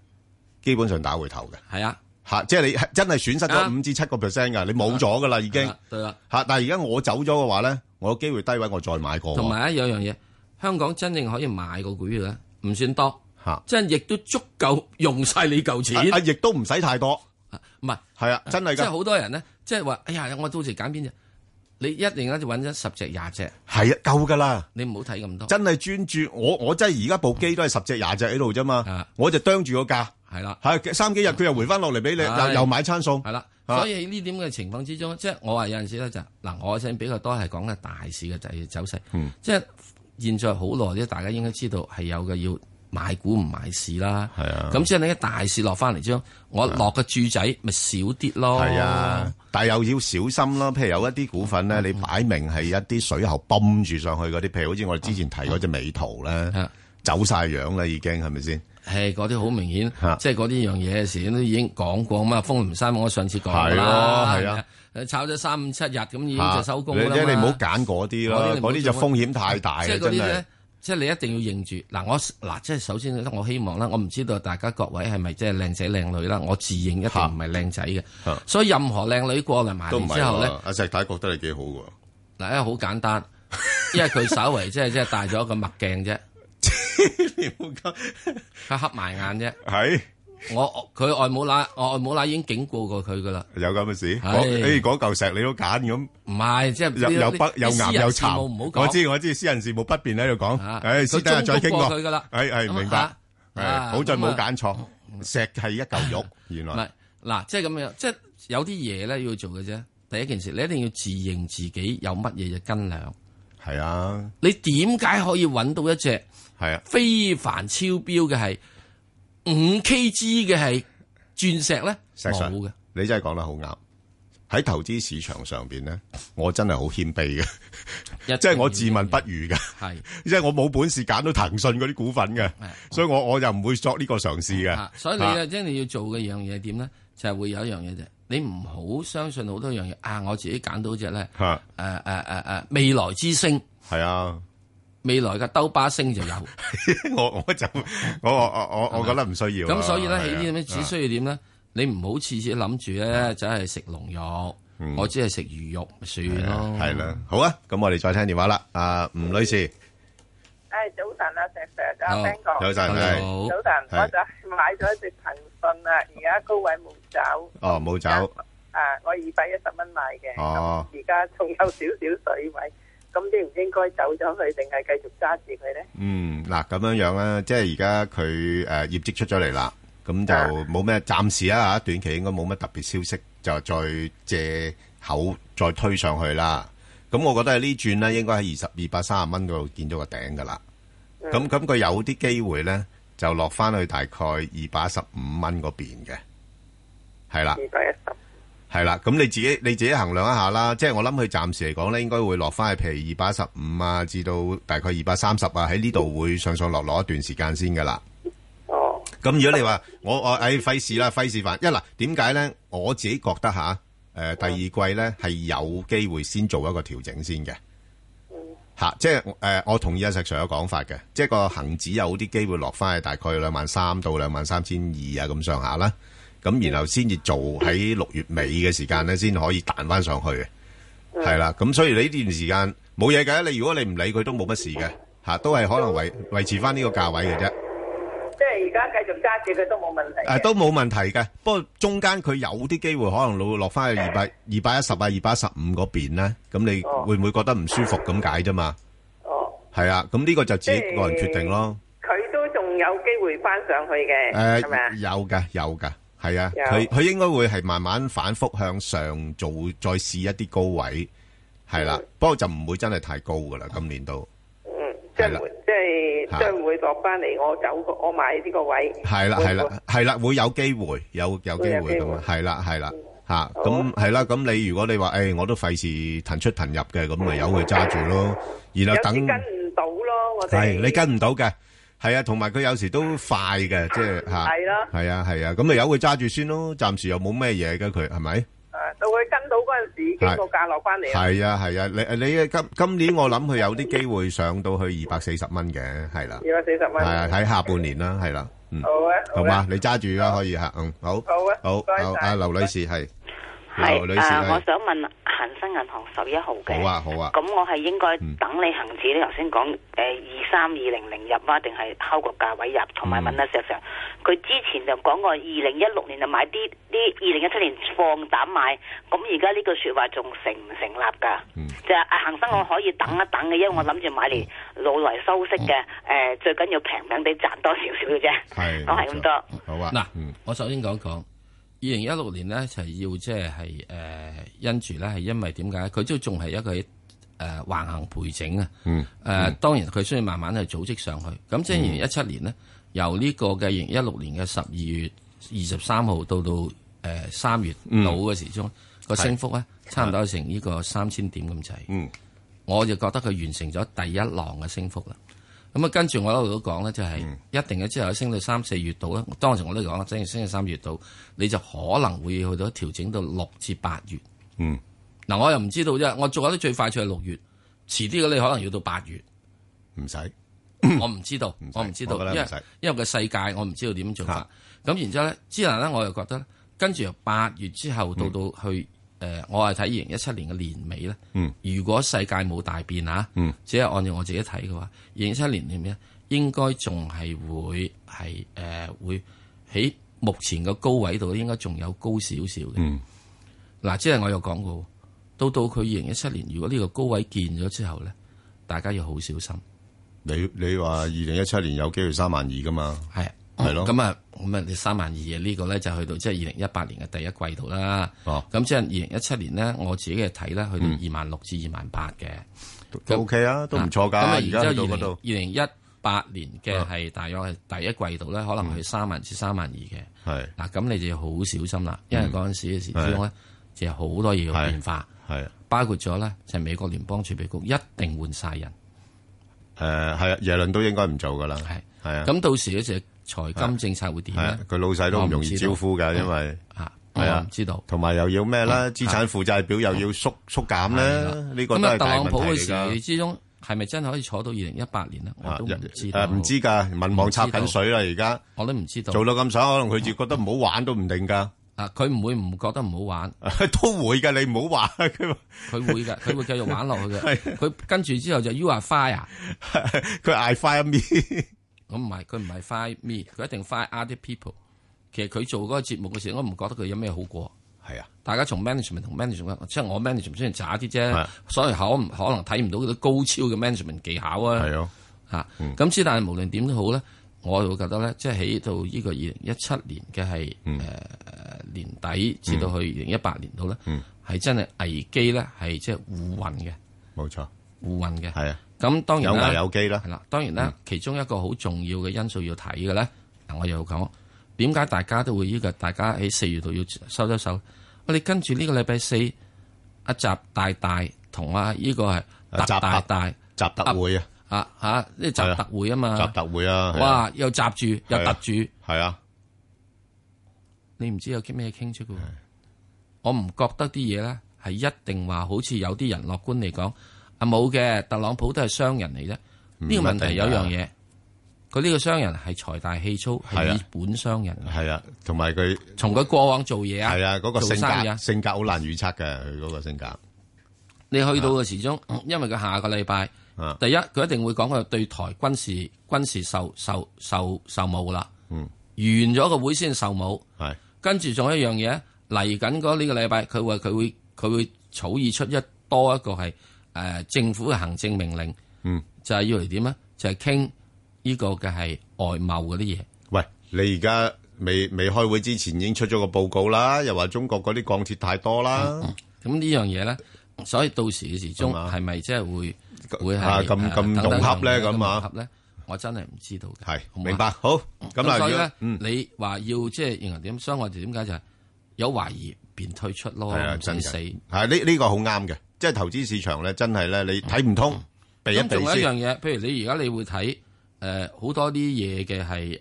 S1: 基本上打回頭嘅
S2: 係啊，
S1: 吓，嚇即係你係真係損失
S2: 啊
S1: 咗五至七個 percent 噶，你冇咗噶啦已經
S2: 係啦啊對啦。
S1: 吓。但係而家我走咗嘅話咧，我有機會低位我再買過喎，
S2: 同埋一樣樣嘢，香港真正可以買個股票咧，唔算多，
S1: 吓。
S2: 即係亦都足夠用晒你嚿錢。
S1: 啊，亦都唔使太多，
S2: 唔係，
S1: 系啊，真系
S2: 即係
S1: 噶，
S2: 好多人咧，即係話，哎呀，我到時揀邊只？你一定咧就揾咗十隻廿隻，
S1: 系啊，够噶啦，
S2: 你唔好睇咁多。
S1: 真系專注。我我真係而家部機都係十隻廿隻喺度啫嘛
S2: 啊，
S1: 我就啄住個價，
S2: 係啦。
S1: 係三幾日佢又回翻落嚟俾你，
S2: 係
S1: 又又買餐餸
S2: 系，啦，
S1: 啊
S2: 所以喺呢點嘅情況之中，即係我話有陣時咧就嗱，我想比較多係講嘅大市嘅走走勢，
S1: 嗯
S2: 即係現在好耐咧，大家應該知道係有嘅要買股唔買市啦。
S1: 係啊
S2: 咁即係你一大市落翻嚟之後，我落嘅注仔咪少啲咯。
S1: 係啊，，但係又要小心啦。譬如有一啲股份咧，你擺明係一啲水喉泵住上去嗰啲，譬如好似我哋之前提嗰只美圖咧
S2: 啊，
S1: 走晒樣啦，已經係咪先？
S2: 係嗰啲好明顯
S1: 啊，
S2: 即係嗰啲樣嘢時都已經講過嘛。風林山我上次講過
S1: 係咯
S2: 啦，
S1: 係啊
S2: 誒，炒咗三五七日咁已經
S1: 嚇
S2: 就收工
S1: 你
S2: 啦
S1: 即係你唔
S2: 嘛
S1: 好揀嗰啲
S2: 嗰啲
S1: 啦，
S2: 你唔好
S1: 嗰啲就
S2: 做
S1: 風險太大啦，
S2: 即係
S1: 真
S2: 嗰啲
S1: 係
S2: 咧，即係你一定要認住。嗱，我嗱，即係首先我希望啦，我唔知道大家各位係咪即係靚仔靚女啦，我自認一定唔係靚仔嘅
S1: 嚇，
S2: 所以任何靚女過嚟埋
S1: 都唔
S2: 嚟
S1: 係
S2: 之後咧，
S1: 喎。阿石太覺得你幾好
S2: (laughs)
S1: 喎。
S2: 嗱，哎因為好簡單，因為佢稍為即係即係戴咗一個墨鏡啫，佢黑埋眼啫。
S1: 係。
S2: 我佢外母乸，我外母乸已經警告過佢噶啦，
S1: 有咁嘅事？
S2: 唉
S1: 嗰誒嗰嚿石你都揀咁，
S2: 唔係即係
S1: 又
S2: 呢
S1: 又
S2: 呢
S1: 北又
S2: 呢私
S1: 岩
S2: 人
S1: 又
S2: 事
S1: 沉。
S2: 務唔好講
S1: 我知我知，私人事務不便喺度講。
S2: 啊
S1: 誒，私底下再
S2: 佢忠
S1: 傾
S2: 告過
S1: 過。
S2: 佢㗎啦
S1: 誒誒，
S2: 咁啊
S1: 明白
S2: 啊。
S1: 誒，
S2: 啊
S1: 好在
S2: 咁
S1: 冇
S2: 啊
S1: 揀錯，石係一嚿肉，原
S2: 唔
S1: 來
S2: 係嗱，即係咁樣，即係有啲嘢咧要做嘅啫。第一件事，你一定要自認自己有乜嘢嘅斤兩。
S1: 係啊，
S2: 你點解可以揾到一隻
S1: 係啊，
S2: 非凡超標嘅係五 kg 嘅係鑽石咧？
S1: 石
S2: 冇
S1: Sir，
S2: 嘅，
S1: 你真係講得好啱。喺投資市場上邊咧，我真係好謙
S2: (laughs)
S1: 卑嘅，
S2: 一
S1: 即係
S2: 定
S1: 我
S2: 要
S1: 自問不如嘅，
S2: 係
S1: 即係我冇本事揀到騰訊嗰啲股份嘅，所以我我就唔會作呢個嘗試嘅
S2: 啊。所以你啊，即係你要做嘅樣嘢點咧，就係會有一樣嘢啫。你唔好相信好多樣嘢啊！我自己揀到只咧，呃
S1: 嚇
S2: 誒誒誒誒，未來之星，
S1: 係啊。 (laughs)
S2: 未來嘅兜巴星就有。
S1: 我我就我我我我覺得唔需要啦。
S2: 咁所以咧，喺呢啲
S1: 係
S2: 咁樣
S1: 啊
S2: 只需要點咧？你唔好次次諗住咧，就係食龍肉，我只係食魚肉咪算咯。
S1: 嗯係啦，好啊，咁我哋再聽電話啦。阿吳女士，
S4: 诶，早晨啊，石 Sir，阿
S2: 好
S4: Ben 哥，
S1: 有
S2: 好，
S1: 陣係
S2: 好
S4: 早晨，
S1: 係
S4: 我就係買咗一隻騰訊啊，而家高位冇走。
S1: 哦冇走。
S4: 啊，我二百一十蚊買嘅，
S1: 哦
S4: 咁而家仲有少少水位，咁應唔應該走咗佢，定係繼續揸住佢咧？
S1: 嗯，嗱咁樣樣啦，即係而家佢誒業績出咗嚟啦，咁就冇咩暫時啊嚇，短期應該冇乜特別消息，就再借口再推上去啦。咁我覺得呢轉呢應該喺二十二百三十蚊嗰度見到個頂噶啦。咁咁佢有啲機會咧，就落翻去大概二百一十五蚊嗰邊嘅，係啦。
S4: 二百一十，
S1: 系啦，咁你自己你自己衡量一下啦，即係我諗佢暫時嚟講咧，應該會落翻去譬如二百一十五啊，至到大概二百三十啊，喺呢度會上上落落一段時間先噶啦。
S4: 哦，
S1: 咁如果你話我我唉費事啦，費事煩，因為嗱點解咧？我自己覺得吓，誒、第二季咧係有機會先做一個調整先嘅。吓、即係誒、呃我同意阿石 Sir 嘅講法嘅，即係個恒指有啲機會落翻去大概兩萬三到兩萬三千二啊咁上下啦。咁然後先至做喺六月尾嘅時間咧，先可以彈翻上去嘅。係啦，咁所以你呢段時間冇嘢嘅，你如果你唔理佢都冇乜事嘅，吓、都係可能維維持翻呢個價位嘅啫。
S4: 即係而家繼續揸住佢都冇問題嘅。
S1: 诶、啊都冇問題嘅。不過中間佢有啲機會可能會落翻去二百二百一十啊、二百一十五嗰邊咧，咁你
S4: 哦
S1: 會唔會覺得唔舒服咁解啫嘛？
S4: 哦，
S1: 係啊，咁呢個就自己個人決定咯。
S4: 佢都仲有機會翻上去嘅，
S1: 诶、
S4: 係咪啊？
S1: 有嘅，有嘅，係啊，
S4: 有
S1: 佢佢应该会系慢慢反覆向上做，再試一啲高位，係啦。不過就唔會真係太高噶啦，今年都
S4: 嗯，即
S1: 係啦
S4: 係會即係
S1: 嚇
S4: 將會落翻嚟，我走個我買呢個位。
S1: 係啦，
S4: 會唔
S1: 係
S4: 會
S1: 啦，係啦，會有機會，有有機會
S4: 會有機
S1: 咁
S4: 會
S1: 啊，係啦，係啦。吓
S4: 好
S1: 咁係啦，咁你如果你話诶，我都費事騰出騰入嘅，咁咪由佢揸住咯，然
S4: 有
S1: 後
S4: 時
S1: 等
S4: 跟唔到咯，我哋
S1: 係你跟唔到嘅，係啊，同埋佢有時都快嘅，即係吓，
S4: 係咯
S1: 係啊，係啊，咁咪由佢揸住先咯，暫時又冇咩嘢嘅佢係咪？
S4: 啊到佢跟到嗰陣時，已經
S1: 係
S4: 個價落翻嚟啦。
S1: 係啊，係啊，你你今今年我諗佢有啲機會上到去二百四十蚊嘅，係啦，
S4: 二百四十蚊。
S1: 係啊，睇下半年啦，係啦，嗯，
S4: 好啊，
S1: 好
S4: 啊
S1: 嘛，，你揸住啦，可以吓，嗯，好，
S4: 好啊
S1: 好
S4: 唔，該晒
S1: 好阿劉女士係，
S5: 係
S1: 劉女士
S5: 啊，我
S1: 係，
S5: 想問恒生銀行十一號
S1: 好
S5: 嘅，
S1: 啊，好啊，
S5: 咁我係應該
S1: 嗯
S5: 等你恒指咧，頭先講誒呃二三二零零入啊，定係敲個價位入，
S1: 嗯
S5: 同埋問阿石 Sir，佢之前就講過二零一六年就買啲啲二零一七年放膽買，咁而家呢句説話仲成唔成立㗎？
S1: 嗯
S5: 就係啊恒生我可以等一等嘅，因為我諗住買嚟
S1: 嗯
S5: 老來收息嘅，誒、呃最緊要平平地賺多少少嘅啫，
S1: 係，
S5: 我係咁多。
S1: 冇錯，好啊，
S2: 嗱
S1: 嗯，
S2: 我首先講講，二零一六年咧就係要即係係誒，因住咧係因為點解佢都仲係一個喺誒橫行培整啊。
S1: 嗯，
S2: 誒、當然佢需要慢慢去組織上去。咁即係二零一七年呢，由呢個嘅二零一六年嘅十二月二十三號到到誒三、月
S1: 嗯
S2: 到嘅時鐘，個、升幅咧差唔多成呢個三千點咁滯。
S1: 嗯，
S2: 我就覺得佢完成咗第一浪嘅升幅啦。咁啊，跟住我一路都講咧，就係、
S1: 嗯
S2: 一定嘅之後升到三四月度咧。當時我都講啦，升升到三月度，你就可能會去到調整到六至八月。
S1: 嗯，
S2: 嗱，我又唔知道啫。我做得最快就係六月，遲啲嘅你可能要到八
S1: (coughs)
S2: 月。
S1: 唔使，
S2: 我唔知道
S1: 唔使，
S2: 我唔知道，
S1: 我覺得
S2: 因為
S1: 唔使
S2: 因為個世界我唔知道點做
S1: 嚇
S2: 法。咁然之後咧，之後咧我又覺得呢，跟住由八月之後到到去誒、呃我係睇二零一七年嘅年尾咧。
S1: 嗯
S2: 如果世界冇大變啊，
S1: 嗯
S2: 只係按照我自己睇嘅話，二零一七年年尾呢應該仲係會係誒、呃、會喺目前嘅高位度應該仲有高少少嘅。
S1: 嗯
S2: 嗱，即係我有講過，到到佢二零一七年，如果呢個高位見咗之後咧，大家要好小心。
S1: 你你話二零一七年有機會三萬二噶嘛？
S2: 系
S1: 係咯
S2: 咁啊，咁啊，你三萬二嘅呢個咧就去到即係二零一八年嘅第一季度啦。
S1: 哦，
S2: 咁即係二零一七年咧，我自己嘅睇咧，去到二萬六至二萬八嘅，
S1: 都都 OK 啊，嗯都唔錯㗎，
S2: 咁啊
S1: 而
S2: 然
S1: 家去
S2: 之
S1: 到
S2: 後
S1: 嗰
S2: 二
S1: 度，啊
S2: 零一八年嘅係大約係第一季度咧，可
S1: 嗯
S2: 能去三萬至三萬二嘅。
S1: 係
S2: 嗱，咁你就要好小心啦，因為嗰陣時嘅時
S1: 嗯係
S2: 鐘咧，就有好多嘢要變化，
S1: 係。啊
S2: 包括咗咧就係美國聯邦儲備局一定換晒人，
S1: 诶，系啊，耶倫都應該唔做噶啦，
S2: 係
S1: 係啊，
S2: 咁到時咧就財金政策會點
S1: 係啊
S2: 咧？
S1: 佢老細都唔容易招呼噶，
S2: 我唔知道
S1: 因為
S2: 啊，我
S1: 係啊
S2: 唔知道。
S1: 同埋又要咩啦，
S2: 嗯
S1: 資產負債表又要縮缩减
S2: 係啦
S1: 咧，呢個都
S2: 咁啊，
S1: 係
S2: 特
S1: 大
S2: 朗普
S1: 問
S2: 嘅
S1: 題嚟
S2: 時
S1: 㗎。
S2: 之中係咪真係可以坐到二零一八年呢？我
S1: 啊
S2: 都唔
S1: 誒
S2: 知道，
S1: 唔知㗎，民望插緊水啦，而家
S2: 我都唔知道
S1: 做。到咁上下，可能佢就覺得唔好玩都唔定㗎， (laughs)
S2: 啊，佢唔會唔覺得唔好玩，
S1: 都會㗎，你唔好話 (laughs) 佢
S2: 佢
S1: (laughs)
S2: 會嘅，佢會繼續玩落去
S1: 係
S2: 嘅。佢跟住之後就 You are fire，
S1: 佢嗌 fire
S2: (laughs)
S1: me，
S2: 咁唔係佢唔係 fire me，佢一定 fire other people。其實佢做嗰個節目嘅時候，我唔覺得佢有咩好過。
S1: 係啊，
S2: 大家從 management 同 management，即係我 management 雖然渣啲
S1: 係
S2: 啫，所以可唔可能睇唔到佢啲高超嘅 management 技巧啊。
S1: 係啊，
S2: 嚇。
S1: 嗯
S2: 咁之但係無論點都好咧，我就會覺得咧，即係喺到呢個二零一七年嘅係誒
S1: 嗯
S2: 年底至到去二零一八年度咧，係、
S1: 嗯
S2: 真係危機咧，係即係互運嘅，
S1: 冇錯，
S2: 互運嘅。
S1: 係啊，
S2: 咁當
S1: 有
S2: 然
S1: 危
S2: 啦，
S1: 有嗯機啦
S2: 係，啦，當然啦，其中一個好重要嘅因素要睇嘅咧，嗱我又講點解大家都會呢、個大家喺四月度要收收手。我哋跟住呢個禮拜四，阿習大大同阿呢個係
S1: 阿
S2: 特
S1: 習
S2: 大大
S1: 習特會啊，
S2: 啊嚇，
S1: 係
S2: 呢習
S1: 啊
S2: 特會啊嘛
S1: 習，特會啊，係啊，
S2: 哇又習住又
S1: 係
S2: 揼
S1: 啊
S2: 住，
S1: 係啊，
S2: 你唔知有啲咩傾出嘅喎。我唔覺得啲嘢咧係一定話好似有啲人樂觀嚟講，啊冇嘅，特朗普都係商人嚟啫。呢個問題有一樣嘢，佢呢個商人係財大氣粗，
S1: 係
S2: 係
S1: 啊
S2: 以本商人。
S1: 係啊，同埋佢
S2: 從佢過往做嘢啊，
S1: 係啊，嗰個
S2: 做
S1: 性
S2: 生意啊
S1: 格，性格好難預測嘅，佢嗰個性格
S2: 你去到嘅時鐘，嗯因為佢下個禮拜
S1: 啊，
S2: 第一，佢一定會講佢對台軍事軍事受受受受武啦。
S1: 嗯，
S2: 完咗個會先受武，
S1: 係
S2: 跟住仲有一樣嘢嚟緊嗰呢個禮拜，佢話佢會佢會草擬出一多一個係誒、呃政府嘅行政命令，
S1: 嗯，
S2: 就係要嚟點咧？就係傾呢個嘅係外貿嗰啲嘢。
S1: 喂，你而家未未開會之前已經出咗個報告啦，又話中國嗰啲鋼鐵太多啦，
S2: 咁呢樣嘢咧，所以到時嘅時鐘
S1: 係嘛
S2: 係咪即係會
S1: 咁
S2: 會
S1: 啊
S2: 係
S1: 咁
S2: 呃
S1: 咁
S2: 等等
S1: 融合咧
S2: 樣嘢
S1: 咁啊
S2: 融合咧，我真係唔知道嘅。
S1: 係
S2: 好嘛
S1: 明白好咁
S2: 咁
S1: 嗱，
S2: 所以
S1: 如
S2: 咧
S1: 果，嗯
S2: 你話要即係認為點？所以我哋點解就係有懷疑便退出咯，
S1: 係啊，
S2: 唔
S1: 真
S2: 使
S1: 嘅
S2: 死。
S1: 係呢呢個好啱嘅，即係投資市場咧，真係咧你睇唔通，避一
S2: 嗯咁仲
S1: 避
S2: 有一
S1: 先
S2: 樣嘢，譬如你而家你會睇呃誒好多啲嘢嘅係誒誒誒誒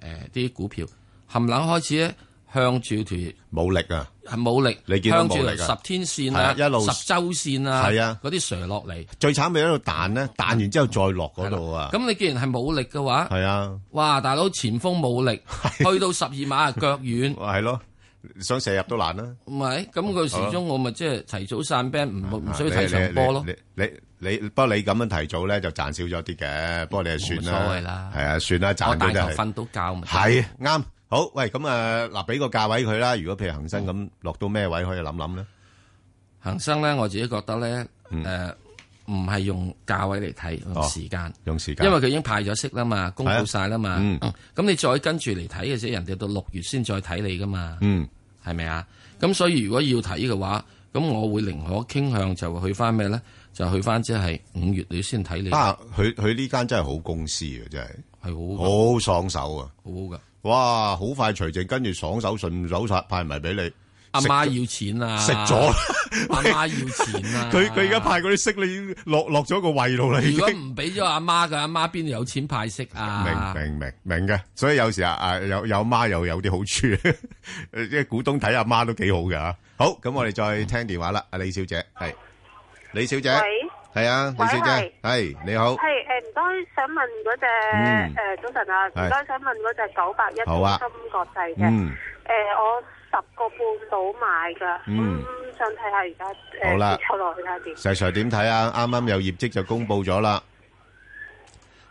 S2: 呃啲股票冚冷開始咧向住條
S1: 冇力啊，
S2: 係冇力，
S1: 你見到
S2: 向
S1: 冇
S2: 住
S1: 力㗎
S2: 條十天線
S1: 係
S2: 啊，
S1: 啊一路
S2: 十周線啊，
S1: 係啊
S2: 嗰啲垂落嚟
S1: 最慘咪喺度彈咧，彈完之後再落嗰度啊，
S2: 咁你既然係冇力嘅話，
S1: 係啊，
S2: 哇大佬前鋒
S1: (laughs)
S2: 冇力，去到十二碼係腳軟。
S1: 係咯，想射入都難啦。
S2: 唔係，咁佢始終我咪即係提早散 band，唔唔
S1: 哦啊
S2: 需要睇
S1: 你
S2: 場波咯。
S1: 你你你你不過你咁樣提早咧就賺少咗啲嘅，不過你係算啦，
S2: 冇所謂啦
S1: 係啊，算啦，
S2: 我
S1: 賺咗
S2: 大頭
S1: 都係
S2: 瞓到覺咪得
S1: 係啱。好，喂，咁啊嗱，俾個價位佢啦。如果譬如恒生咁
S2: 嗯
S1: 落到咩位可以諗諗咧？
S2: 恒生咧，我自己覺得咧，誒唔係用價位嚟睇，用
S1: 哦
S2: 時間，
S1: 用時間，
S2: 因為佢已經派咗息啦嘛，公佈晒啦嘛
S1: 嗯。
S2: 咁你再跟住嚟睇嘅啫，人哋到六月先再睇你噶嘛，
S1: 嗯
S2: 係咪啊？咁所以如果要睇嘅話，咁我會寧可傾向就會去翻咩咧？就去翻即係五月你先睇你係
S1: 啊，佢佢呢間真係好公司啊，真係
S2: 好好
S1: 好爽手啊！
S2: 好噶。
S1: 哇，好快除淨，跟住爽手順手晒派埋俾你。
S2: 阿
S1: 食
S2: 媽要錢啊！
S1: 食咗啦，
S2: 阿媽要錢啊！
S1: 佢佢而家派嗰啲息，你已經落落咗個胃度啦，已經
S2: 如果。唔俾咗阿媽嘅，阿媽邊度有錢派息啊？
S1: 明明明明嘅，所以有時啊啊有有媽又有啲好處， (laughs) 誒即係股東睇阿媽都幾好嘅吓。好，咁我哋再聽電話啦，阿李小姐係李小姐
S6: 喂，
S1: 係啊，李小姐
S6: 喂
S1: 係你好，
S6: 系诶，誒唔該，想問嗰隻
S1: 嗯
S6: 诶早晨啊，唔
S1: 係
S6: 該，想問嗰隻九百一
S1: 好啊
S6: 中芯國際嘅，
S1: 嗯，
S6: 诶我十個半到買噶，
S1: 嗯
S6: 咁想睇下而家
S1: 好啦
S6: 诶跌抽落去睇下點。
S1: 石 Sir 點睇啊？啱啱有業績就公布咗啦，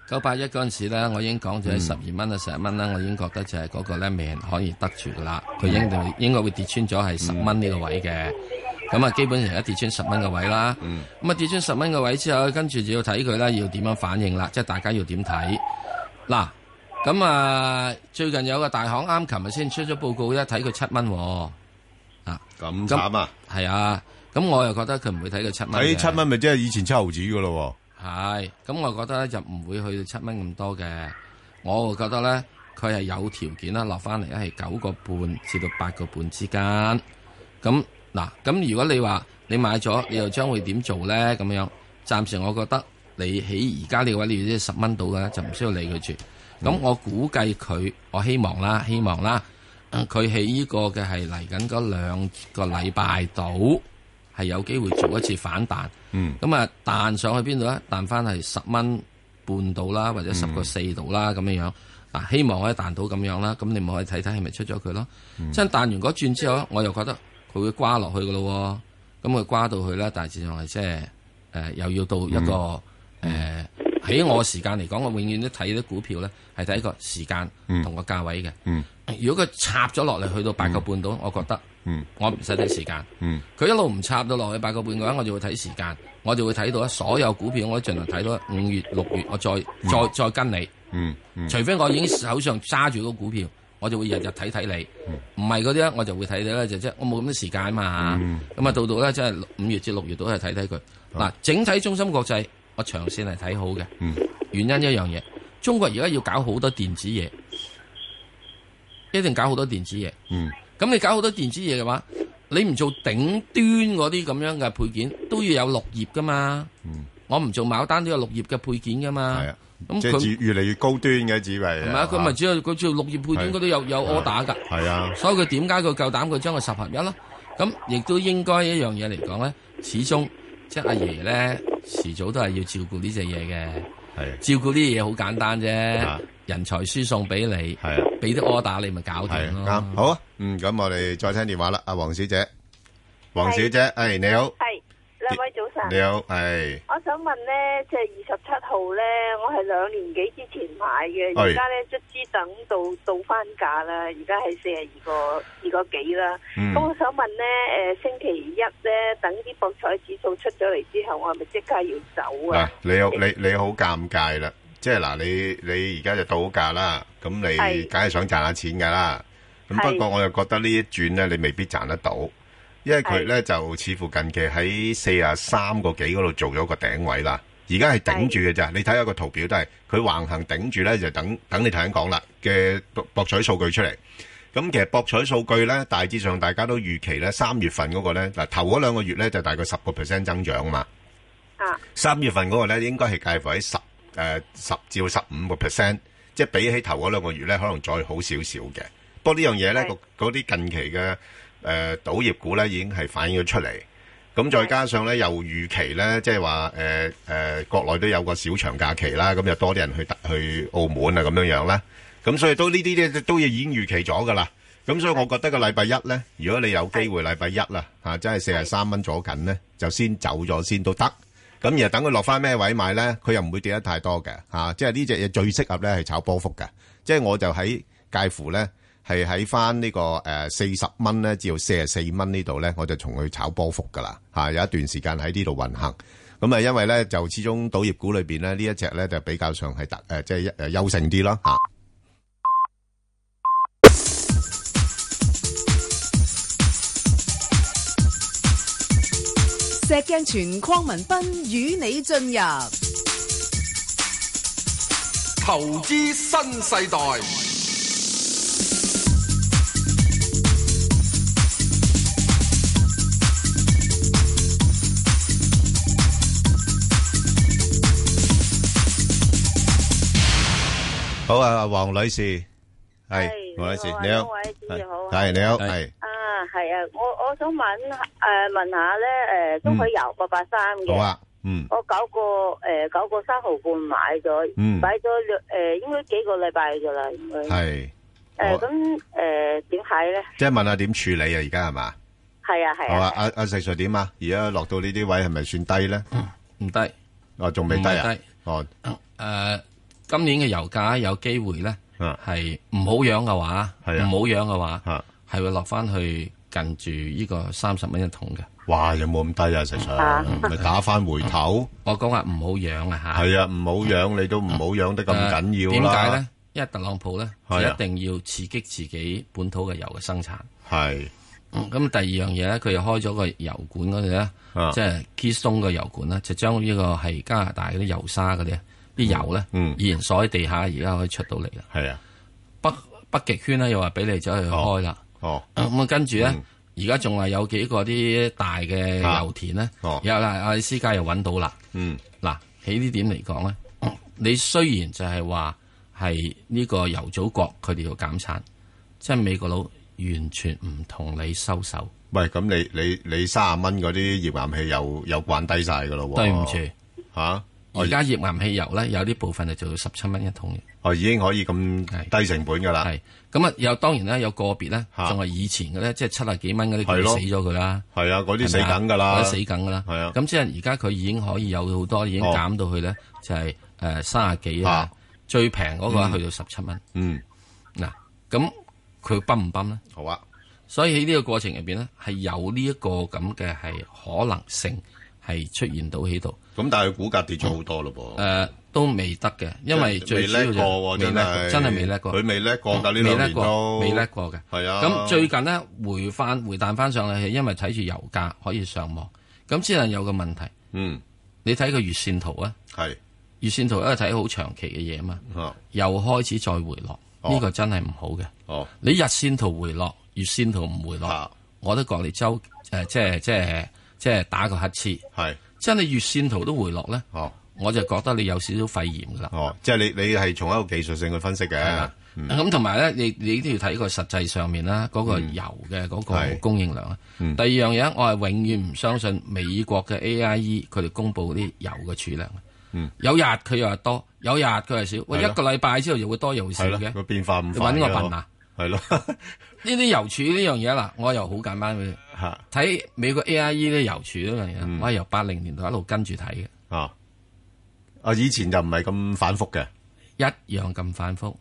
S2: 九八一嗰陣時咧，我已經講咗喺十二蚊啊、十一蚊啦，我已經覺得就係嗰個咧未人可以得住噶啦，佢應該應該會跌穿咗係十蚊呢個位嘅。咁啊，基本上一跌穿十蚊嘅位啦。咁啊，跌穿十蚊嘅位之後，跟住就要睇佢啦，要點樣反應啦，即係大家要點睇嗱。咁啊，最近有個大行啱琴日先出咗報告，一睇佢七蚊喎，
S1: 咁慘啊！
S2: 係啊。咁我又覺得佢唔會睇佢七蚊
S1: 睇
S2: 嘅。
S1: 七蚊咪即係以前七毫子噶咯
S2: 係，咁我覺得咧就唔會去到七蚊咁多嘅，我會覺得咧佢係有條件啦，落翻嚟咧係九個半至到八個半之間。咁嗱，咁如果你話你買咗，你又將會點做咧？咁樣暫時我覺得你喺而家呢個位，你要十蚊到嘅咧，就唔需要理佢住。咁我估計佢，我希望啦，希望啦，嗯佢喺呢個嘅係嚟緊嗰兩個禮拜度係有機會做一次反彈。
S1: 嗯
S2: 咁啊彈上去邊度咧？彈翻係十蚊半到啦，
S1: 嗯
S2: 或者十個四度啦咁樣樣。嗱，希望可以彈到咁樣啦。咁你咪可以睇睇係咪出咗佢咯。
S1: 嗯
S2: 真彈完嗰轉之後咧，我又覺得佢會瓜落去噶咯喎。咁佢瓜到去咧，大致上係即係誒又要到一個誒
S1: 嗯
S2: 喺、我時間嚟講，我永遠都睇啲股票咧係睇個時間同個價位嘅。
S1: 嗯
S2: 如果佢插咗落嚟去到八個半到，我覺得
S1: 嗯
S2: 我唔使睇時間。
S1: 嗯
S2: 佢一路唔插到落去八個半嘅話，我就會睇時間，我就會睇到啊所有股票，我都盡量睇到五月、六月，我再再再跟你。
S1: 嗯嗯
S2: 除非我已經手上揸住個股票，我就會日日睇睇
S1: 嗯
S2: 你。唔係嗰啲啊咧，我就會睇睇咧，就即係我冇咁嘅時間嘛。
S1: 嗯
S2: 咁啊，到到咧即係五月至六月都係睇睇佢。嗱，整體中心國際，我長線係睇好嘅。
S1: 嗯
S2: 原因一樣嘢，中國而家要搞好多電子嘢，一定搞好多電子嘢。
S1: 嗯
S2: 咁你搞好多電子嘢嘅話，你唔做頂端嗰啲咁樣嘅配件，都要有綠葉噶嘛。
S1: 嗯
S2: 我唔做牡丹都有綠葉嘅配件噶嘛。
S1: 係啊，
S2: 咁
S1: 即係
S2: 佢
S1: 越-越嚟越高端嘅，紫薇，
S2: 係咪啊？佢咪只有佢做綠葉配件，
S1: 係
S2: 佢都有有 order 㗎。
S1: 係啊，
S2: 所以佢點解佢夠膽佢將佢十合一咯？咁亦都應該一樣嘢嚟講咧，始終即係阿爺咧，遲早都係要照顧呢只嘢嘅。照顧呢啲嘢好簡單啫
S1: 啊，
S2: 人才輸送俾你，
S1: 係啊，
S2: 俾啲 order 你咪搞掂咯。
S1: 係啊，啱。好啊，嗯，咁我哋再聽電話啦，阿黃小姐。黃
S6: 係。
S1: 小姐，哎，你好。
S6: 系两位早晨，
S1: 你好，係。哎
S6: 我想问咧，即系二十七号咧，我系两年几之前买嘅，
S1: 係
S6: 而家咧卒之等到到翻价啦，而家系四十二个二个几啦。
S1: 嗯
S6: 咁我想问咧，诶、星期一咧，等啲博彩指數出咗嚟之後，我係咪即刻要走啊？
S1: 嗱，你好-你-你好尷尬啦。即係嗱，你-你而家就到價啦，咁你
S6: 係。
S1: 梗係想賺下錢㗎啦。咁
S6: 係。
S1: 不過我又覺得呢一轉呢，你未必賺得到，因為佢
S6: 係。
S1: 呢，就似乎近期喺43個幾嗰度做咗個頂位啦。而家係頂住嘅咋，你睇下個圖表都係，佢橫行頂住呢，就等-等你頭先講啦，嘅博-博彩數據出嚟。咁其實博彩數據呢，大致上大家都預期呢，三月份嗰個呢，嗱，頭嗰兩個月呢，就大概10%增長嘛。
S6: 啊，
S1: 三月份嗰個咧應該係介乎喺十誒十至十五個 percent，即係比起頭嗰兩個月咧，可能再好少少嘅。不過呢樣嘢咧，
S6: 係
S1: 個嗰啲近期嘅誒賭業股咧已經係反映咗出嚟。咁再加上咧又預期咧，即係話誒誒國內都有個小長假期啦，咁又多啲人去特去澳門啊咁樣樣啦。咁所以都呢啲咧都已經預期咗噶啦。咁所以我覺得個禮拜一咧，如果你有機會禮拜一啦嚇，真係四十三蚊左緊咧，就先走咗先都得。咁然後等佢落翻咩位買咧，佢又唔會跌得太多嘅嚇、啊即係呢只嘢最適合咧係炒波幅嘅，即係我就喺介乎咧係喺翻呢個誒四十蚊咧至到四十四蚊呢度咧，我就從佢炒波幅噶啦嚇，有一段時間喺呢度運行。咁啊，因為咧就始終賭業股裏邊咧呢一隻咧就比較上係特誒、即係誒優勝啲咯嚇。
S7: 石镜全框文斌与你进入
S8: 投資新世代，
S1: 好啊，黃女士係
S9: 係
S1: 黃女士
S9: 你好，啊
S1: 你好
S9: 兩位主持好啊
S1: 係你好
S2: 係
S1: 係
S9: 啊，系啊，我我想问诶、问下呃咧，诶、中海
S1: 嗯
S9: 油八八三嘅，
S1: 好啊，嗯
S9: 我九个诶、九个三毫半買咗，
S1: 嗯
S9: 買咗兩诶、應該幾個禮拜噶啦，應該
S1: 係，
S9: 诶
S1: 我
S9: 咁诶點睇咧？
S1: 即係問下點處理啊？而家係嘛？
S9: 係啊係
S1: 好啊，
S9: 啊，
S1: 阿阿石 Sir 點啊？而家落到呢啲位係咪算低咧？
S2: 唔低。
S1: 哦，仲未低
S2: 唔
S1: 啊
S2: 係低？
S1: 哦，
S2: 誒、呃今年嘅油價有機會咧，
S1: 啊
S2: 係唔好樣嘅話，
S1: 係啊
S2: 唔好樣嘅話，
S1: 吓，
S2: 係會落翻去近住呢個三十蚊一桶嘅。
S1: 哇，有冇咁低啊？石 Sir，
S9: 啊
S1: 咪打翻回頭？
S2: 我講話唔好樣啊嚇，呃
S1: 係啊，唔好養你都唔好養得咁緊要
S2: 點
S1: 啦。
S2: 解咧？因為特朗普咧，
S1: 係啊
S2: 佢一定要刺激自己本土嘅油嘅生產。嗯
S1: 係
S2: 咁第二樣嘢咧，佢又開咗個油管嗰度咧
S1: 啊，
S2: 即係 Keystone 嘅油管啦，就將呢個係加拿大嗰啲油沙嗰啲啲油咧，
S1: 嗯
S2: 以前鎖喺地下，而家可以出到嚟啦。
S1: 係啊，
S2: 北北極圈咧又話俾你走去開啦，
S1: 哦，
S2: 咁啊跟住咧，而家仲係有幾個啲大嘅油田咧
S1: 啊哦，
S2: 有啦，阿里斯加又揾到啦。
S1: 嗯，
S2: 嗱，喺呢點嚟講咧，你雖然就係話係呢個油祖國佢哋要減產，即係美國佬完全唔同你收手。
S1: 喂，咁你你你三十蚊嗰啲頁岩氣又又慣低晒噶咯喎？
S2: 對唔住，
S1: 吓，我
S2: 而家頁岩汽油咧有啲部分就做到十七蚊一桶嘅，
S1: 我已經可以咁
S2: 係
S1: 低成本噶啦，
S2: 係咁啊有當然啦，有個別咧
S1: 嚇
S2: 仲係以前嘅咧，即係七啊幾蚊嗰
S1: 係
S2: 啲佢
S1: 咯
S2: 死咗佢啦，
S1: 係啊，嗰啲
S2: 係
S1: 死
S2: 咪啊
S1: 梗噶啦
S2: 或者，死梗噶啦，
S1: 係啊
S2: 咁即係而家佢已經可以有好多已經
S1: 哦
S2: 減到去咧，就係誒三啊幾啊
S1: 嚇，
S2: 最平嗰個去到十七蚊，
S1: 嗯，
S2: 嗱咁佢泵唔泵咧？
S1: 好啊，
S2: 所以喺呢個過程入邊咧，係有呢一個咁嘅係可能性係出現到喺度，
S1: 咁但係股價跌咗好多咯
S2: 誒、
S1: 噃。
S2: 都未得嘅，因為
S1: 未
S2: 最主要就
S1: 叻過喎，
S2: 未
S1: 真
S2: 叻過
S1: 係
S2: 真係未叻過，
S1: 佢未叻過㗎呢
S2: 未
S1: 兩
S2: 叻
S1: 年都
S2: 過，未叻過嘅。
S1: 係啊
S2: 咁最近呢，回翻回彈翻上嚟，係因為睇住油價可以上望，咁只能有個問題。
S1: 嗯
S2: 你睇個月線圖啊，
S1: 係
S2: 月線圖因為睇好長期嘅嘢嘛，
S1: 哦
S2: 又開始再回落，
S1: 哦
S2: 呢、個真係唔好嘅。
S1: 哦
S2: 你日線圖回落，月線圖唔回落，
S1: 啊
S2: 我都覺你周誒，即係即係即係打個乞嗤。
S1: 係
S2: 真係月線圖都回落咧，
S1: 哦
S2: 我就覺得你有少少肺炎噶啦。
S1: 哦，即係你你係從一個技術性去分析
S2: 係啦
S1: 嘅，嗯
S2: 咁同埋咧，你你都要睇個實際上面啦，嗰、個油嘅嗰個
S1: 係
S2: 供應量啦。
S1: 嗯
S2: 第二樣嘢，我係永遠唔相信美國嘅 AIE 佢哋公布啲油嘅儲量。
S1: 嗯
S2: 有日佢又話多，有日佢係少。喂，
S1: 係
S2: 一
S1: 咯
S2: 個禮拜之後又會多又會少
S1: 係
S2: 嘅。
S1: 啦，
S2: 呢
S1: 個變化唔
S2: 你
S1: 快
S2: 搵
S1: 嘅
S2: 個笨啊！
S1: 係咯 (laughs)
S2: 啲油儲呢樣嘢嗱，我又好簡單嘅。
S1: 嚇
S2: 睇美國 AIE 呢油儲呢樣
S1: 嗯
S2: 嘢，我係由八零年代一路跟住睇
S1: 啊啊！以前就唔係咁反覆嘅，
S2: 嘅，一樣咁反覆。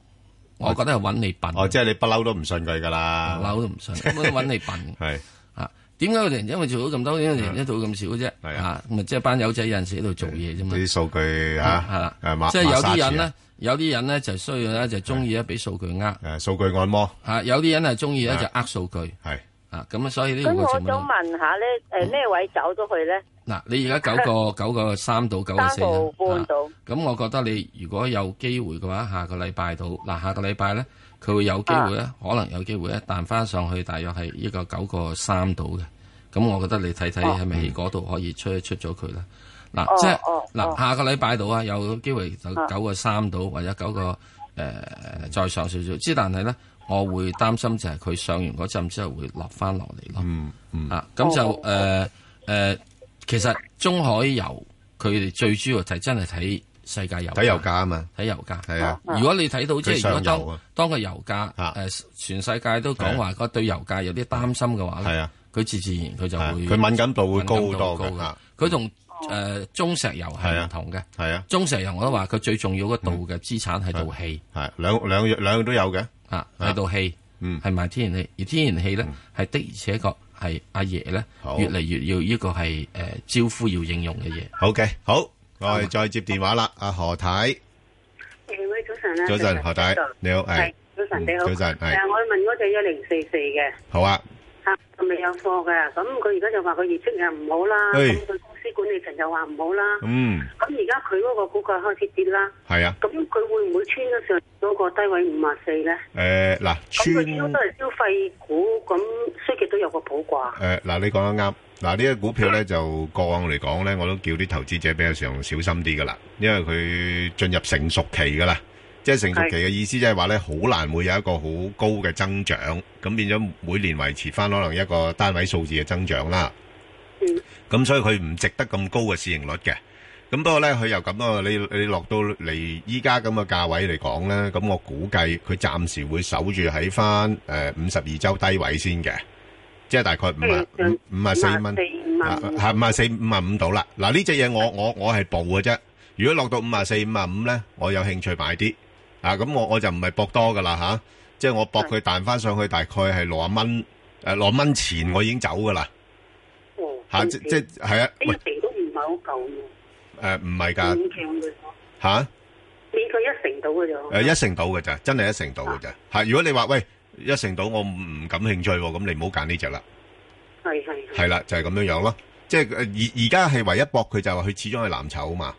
S2: 我覺得係揾你笨，
S1: 哦，即係你啊不嬲都唔信佢噶啦，
S2: 嬲都唔信，根本都揾你笨。
S1: 係
S2: 啊，點解佢突然因為做到咁多，因為突然間做到咁少啫？
S1: 嗯係啊嗯
S2: 啊，咁啊，即係班友仔有陣時喺度做嘢啫嘛。
S1: 啲數據
S2: 係
S1: 嚇
S2: 啦
S1: 誒馬，
S2: 即係有啲人
S1: 馬沙啊
S2: 咧，有啲人咧就需要咧就中意咧俾數據呃，
S1: 池啊誒數據按摩
S2: 啊，有啲人係中意咧
S1: 係
S2: 就呃數據，
S1: 係
S2: 啊，咁啊，所以呢
S9: 咁
S2: 個
S9: 我
S2: 情況
S9: 想問下咧，诶
S1: 嗯
S9: 咩位走咗去咧？
S2: 嗱，
S9: (laughs)
S2: 你而家九個九個三到九個
S9: 三
S2: 四
S9: 號
S2: 啦
S9: 半
S2: 啊
S9: 到，
S2: 咁我覺得你如果有機會嘅話，下個禮拜到嗱，下個禮拜咧佢會有機會
S9: 啊
S2: 咧，可能有機會咧彈翻上去，大約係一個九個三度嘅。咁我覺得你睇睇係咪喺嗰度可以出一出咗佢啦。嗱，即係
S9: 哦
S2: 嗱，
S9: 哦
S2: 下個禮拜到啊，有機會就
S9: 啊
S2: 九個三度或者九個誒、呃再上少少。之但係咧，我會擔心就係佢上完嗰陣之後會落翻落嚟咯。
S1: 嗯嗯
S2: 啊，咁就誒誒、
S9: 哦
S2: 呃呃其實中海油佢哋最主要係真係睇世界油價
S1: 睇油價啊嘛，
S2: 睇油價。
S1: 係啊
S2: 如果你睇到即
S1: 佢
S2: 係如
S1: 上游
S2: 果
S1: 啊
S2: 當當個油價
S1: 啊
S2: 誒全世界都
S1: 係啊
S2: 講話個對油價有啲擔心嘅話
S1: 係
S2: 咧，
S1: 啊，
S2: 佢自自然佢就
S1: 係啊
S2: 會
S1: 佢敏感度會
S2: 敏
S1: 高
S2: 感度
S1: 好多
S2: 高
S1: 嘅嚇，
S2: 佢同誒中石油
S1: 係
S2: 係
S1: 啊
S2: 唔同嘅。
S1: 係啊
S2: 中石油我都話佢最重要嗰度嘅資產係道氣
S1: 係兩兩樣兩樣都有嘅，
S2: 啊，
S1: 啊
S2: 係道氣
S1: 嗯
S2: 係賣天然氣，而天然氣咧係的而且確係阿爺咧
S1: 好
S2: 越嚟越要呢個係誒招呼要應用嘅嘢。
S1: 好嘅好，我哋再接電話啦，阿何太。
S9: 诶，喂，早晨啊
S1: 早晨，何太，你好，係
S9: 係早晨你好
S1: 嗯早晨，係
S9: 我問嗰只一零四四嘅。
S1: 好啊，
S9: 客就未有貨嘅，咁佢而家就話佢業績又唔好啦，
S1: 唉
S9: 咁佢公司管理層又話唔好啦，
S1: 嗯，
S9: 咁而家佢嗰個股價開始跌啦，
S1: 係啊，
S9: 咁佢會唔會穿咗上嗰個低位五啊四咧？
S1: 誒嗱，
S9: 咁佢應該
S1: 穿
S9: 都係消費股，咁衰極都有個譜啩。
S1: 誒嗱，你講得啱。嗱，呢個股票咧就過往嚟講咧，我都叫啲投資者比較上小心啲噶啦，因為佢進入成熟期噶啦，即係成熟期嘅意思，即係話咧好難會有一個好高嘅增長，咁變咗每年維持翻可能一個單位數字嘅增長啦。咁所以佢唔值得咁高嘅市盈率嘅。咁不過咧，佢又咁啊，你你落到嚟依家咁嘅價位嚟講咧，咁我估計佢暫時會守住喺翻誒五十二周低位先嘅，即係大概五啊五啊四蚊。
S9: 四五啊
S1: 啊，係五啊四五啊五到啦。嗱呢只嘢我我我係報嘅啫。如果落到五啊四五啊五咧，我有興趣買啲。啊，咁我我就唔係博多噶啦吓，即係我博佢彈翻上去大概係六啊蚊，誒六啊蚊前我已經走噶啦
S9: 哦
S1: 吓，嗯即即係啊，
S9: 呢
S1: 喂
S9: 成都唔係好夠喎，
S1: 誒呃唔係
S5: 嗯
S1: 㗎
S9: 勉強嘅啫，
S1: 吓，
S9: 勉強一成到嘅啫。
S1: 呃誒一成到嘅咋，真係一成到嘅咋吓。如果你話喂一成到我唔唔感興趣喎，咁你唔好揀呢只啦。
S9: 係係
S1: 係啦，就係咁樣樣咯。即係呃而而家係唯一博佢就係話佢始終係藍籌啊嘛。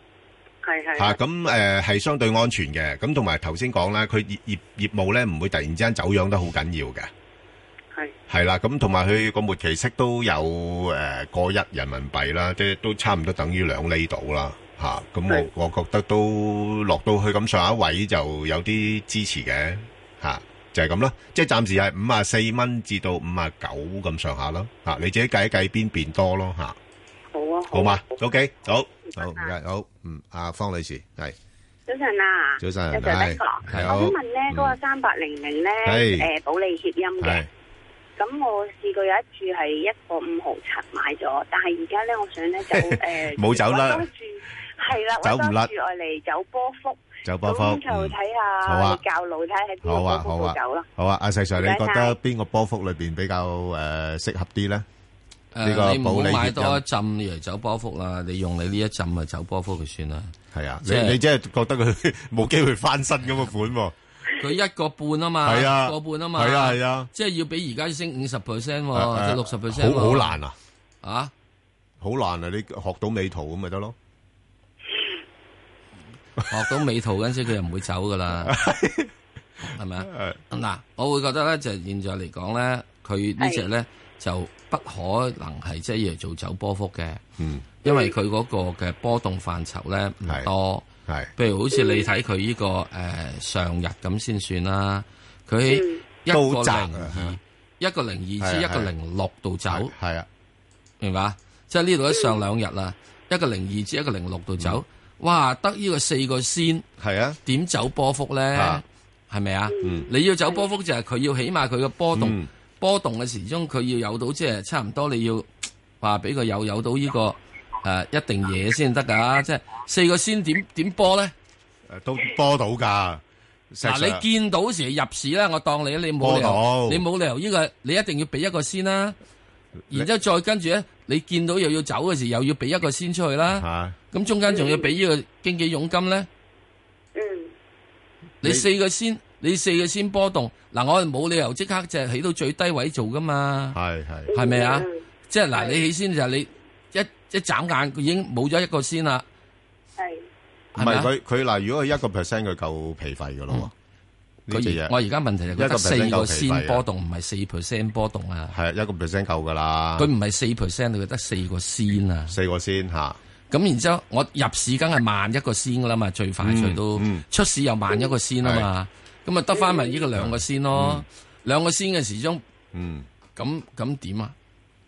S9: 係係
S1: 吓咁誒係相對安全嘅，咁同埋頭先講啦，佢業業業務咧唔會突然之間走樣得好緊要嘅，
S9: 係
S1: 係啦，咁同埋佢個末期息都有誒過一人民幣啦，即係都差唔多等於兩厘度啦，吓咁
S9: 係
S1: 我我覺得都落到去咁上一位就有啲支持嘅，吓就係咁啦，即係暫時係五啊四蚊至到五啊九咁上下咯，吓你自己計一計邊邊多咯，吓
S9: 好啊
S1: 好嘛？OK，好，好唔該，好，嗯，阿方女士係。
S9: 早晨啊，
S1: 早晨
S9: 有
S1: 係
S9: 邊個？
S1: 係
S9: 我想問咧，
S1: 嗯
S9: 嗰個三八零零咧，
S1: 係
S9: 誒保利協鑫嘅
S1: 係，
S9: 咁我試過有一注係一個五毫七買咗，但係而家咧，我想
S1: (laughs)
S9: 咧就誒
S1: 冇走啦
S9: 搵多注係啦，
S1: 走唔甩
S9: 搵多注我嚟走波幅，
S1: 走波幅，
S9: 咁就
S1: 嗯
S9: 睇
S1: 好啊
S9: 下你教路睇下喺邊
S1: 好啊
S9: 個波
S1: 好
S9: 幅
S1: 啊
S9: 度走啦。
S1: 好啊，阿細 Sir，
S9: 唔
S1: 你
S9: 該
S1: 覺
S9: 晒
S1: 得邊個波幅裏邊比較誒適合啲咧？
S2: 誒
S1: 呢個
S2: 你
S1: 保
S2: 唔
S1: 利
S2: 好買
S1: 協
S2: 多一
S1: 鑫
S2: 浸嚟走波幅啦，你用你呢一浸咪走波幅就算啦。
S1: 係啊，
S2: 即
S1: 你
S2: 係
S1: 你即係覺得佢 (laughs) 冇機會翻身咁嘅款喎？
S2: 佢一個半啊嘛，
S1: 係啊，
S2: 個半啊嘛，
S1: 係啊係啊，
S2: 即係要比而家升五十 percent
S1: 誒
S2: 喎，即
S1: 誒
S2: 六十 percent
S1: 好好難啊，
S2: 啊！
S1: 好難啊！你學到美圖咁咪得咯？
S2: 學到美圖嗰陣時，佢又唔會走
S1: (laughs)
S2: 噶啦，係咪啊？
S1: 誒，
S2: 嗱，我會覺得咧，就係現在嚟講咧，佢呢只咧就不可能係即係要嚟做走波幅嘅，
S1: 嗯，
S2: 因為佢嗰個嘅波動範疇咧唔
S1: 係
S2: 多。
S1: 係
S2: 譬如好似你睇佢呢個誒、呃上日咁先算啦，佢一個
S1: 都窄啊
S2: 零二、一個零二至
S1: 係
S2: 一
S1: 啊
S2: 個零六度走，
S1: 係啊，
S2: 明白？即係呢度一上兩日啦，一個零二至一個零六度走，
S1: 嗯
S2: 哇！得呢個四個先
S1: 係啊，
S2: 點走波幅咧
S1: 啊？
S2: 係咪啊？
S1: 嗯
S2: 你要走波幅就係佢要起碼佢嘅波動。
S1: 嗯
S2: 波動嘅時鐘，佢要有到即係差唔多，你要話俾佢有有到呢、個誒、
S1: 啊
S2: 呃一定嘢先得㗎，即係四個先點點波咧。
S1: 誒都波到㗎。石
S2: 嗱，
S1: Sir
S2: 你見到時入市啦，我當你你冇理由
S1: 波，
S2: 你冇理由呢、個，你一定要俾一個先啦。然之後再跟住咧，你見到又要走嘅時，又要俾一個先出去啦。
S1: 嚇
S2: 咁中間仲要俾呢個經紀佣金咧。你
S1: 你
S2: 四個先，你四個先波動。嗱，我哋冇理由即刻就係起到最低位做㗎嘛。
S1: 係係。
S2: 系咪啊？即系嗱，你起先就係你一一眨眼，佢已經冇咗一個先啦。
S1: 唔
S2: 係咪
S1: 係
S2: 啊
S1: 佢佢嗱，如果佢一個 percent 佢夠皮費噶咯喎，呢隻
S2: 佢
S1: 嘢
S2: 而我而家問題就係佢得
S1: 一個
S2: 四
S1: percent 夠皮費
S2: 個
S1: 啊
S2: 先波動，唔係四 percent 波動啊。
S1: 係一個 percent 夠噶啦，
S2: 佢唔係四 percent，佢得四個先啊。
S1: 四個先嚇，
S2: 咁然之後，我入市梗係慢一個先噶啦嘛，最快
S1: 嗯
S2: 最都
S1: 嗯
S2: 出市又慢一個先啊嘛。咁啊得翻咪呢個兩個先咯，兩個先嘅時鐘
S1: 嗯，
S2: 咁咁點啊？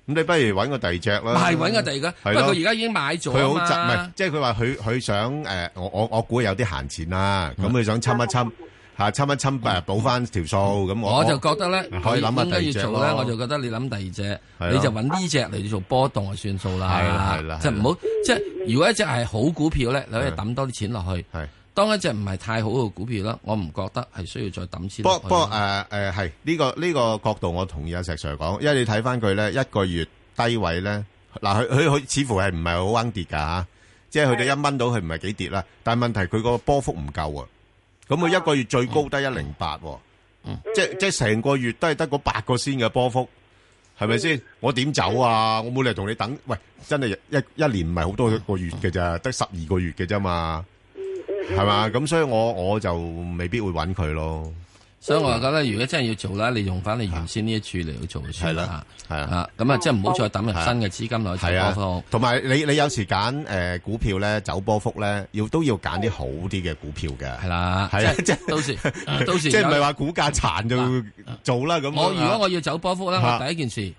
S1: 咁你不如揾個第二隻啦，
S2: 係揾個第二個，不
S1: 係
S2: 過
S1: 咯
S2: 佢而家已經買咗
S1: 佢
S2: 啊
S1: 好
S2: 嘛
S1: 窒，唔係即係佢話佢佢想誒，我我我估有啲閒錢啦，咁佢想侵一侵嚇，侵一侵誒補翻條數咁，
S2: 我就覺得咧，
S1: 可以諗下
S2: 你應該
S1: 第二隻
S2: 要做
S1: 咯
S2: 咧，我就覺得你諗第
S1: 係
S2: 二
S1: 啊
S2: 隻，你就揾呢只嚟做波動就算數啦。
S1: 係啦係啦
S2: 即係
S1: 係啦
S2: 唔好，即係如果一隻係好股票咧，你可以
S1: 係
S2: 抌多啲錢落去。
S1: 係。
S2: 當一隻唔係太好嘅股票啦，我唔覺得係需要再抌錢落
S1: 不
S2: 去。
S1: 不過啊誒誒係呢個呢個角度，我同意阿石 Sir 講，因為你睇翻佢咧一個月低位咧，嗱佢佢佢似乎係唔係好掹跌㗎嚇，即係去到一蚊到佢唔係幾跌啦。但係問題佢個波幅唔夠啊，嗯咁佢一個月最高得一零八喎，即即係成個月都係得嗰八個先嘅波幅，係咪先？我點走啊？我冇理由同你等，喂，真係一一年唔係好多個月嘅咋，得十二個月嘅啫嘛，係嘛？咁所以我我就未必會揾佢咯。
S2: 所以我覺得如果真係要做啦，你用翻你原先呢一處嚟去做就算啦。
S1: 係啊。
S2: 啊，咁啊，即係唔好再抌入新嘅資金落去
S1: 係
S2: 做
S1: 啊
S2: 波幅。，
S1: 同埋你你有時揀誒股票咧走波幅咧，要都要揀啲好啲嘅股票嘅，
S2: 係啦，
S1: 係啊
S2: 即係到時到
S1: (laughs)
S2: 時
S1: 即係唔係
S2: 有
S1: 話股價殘就做啦咁樣啊。
S2: 我如果我要走波幅咧，
S1: 嚇
S2: 我第一件事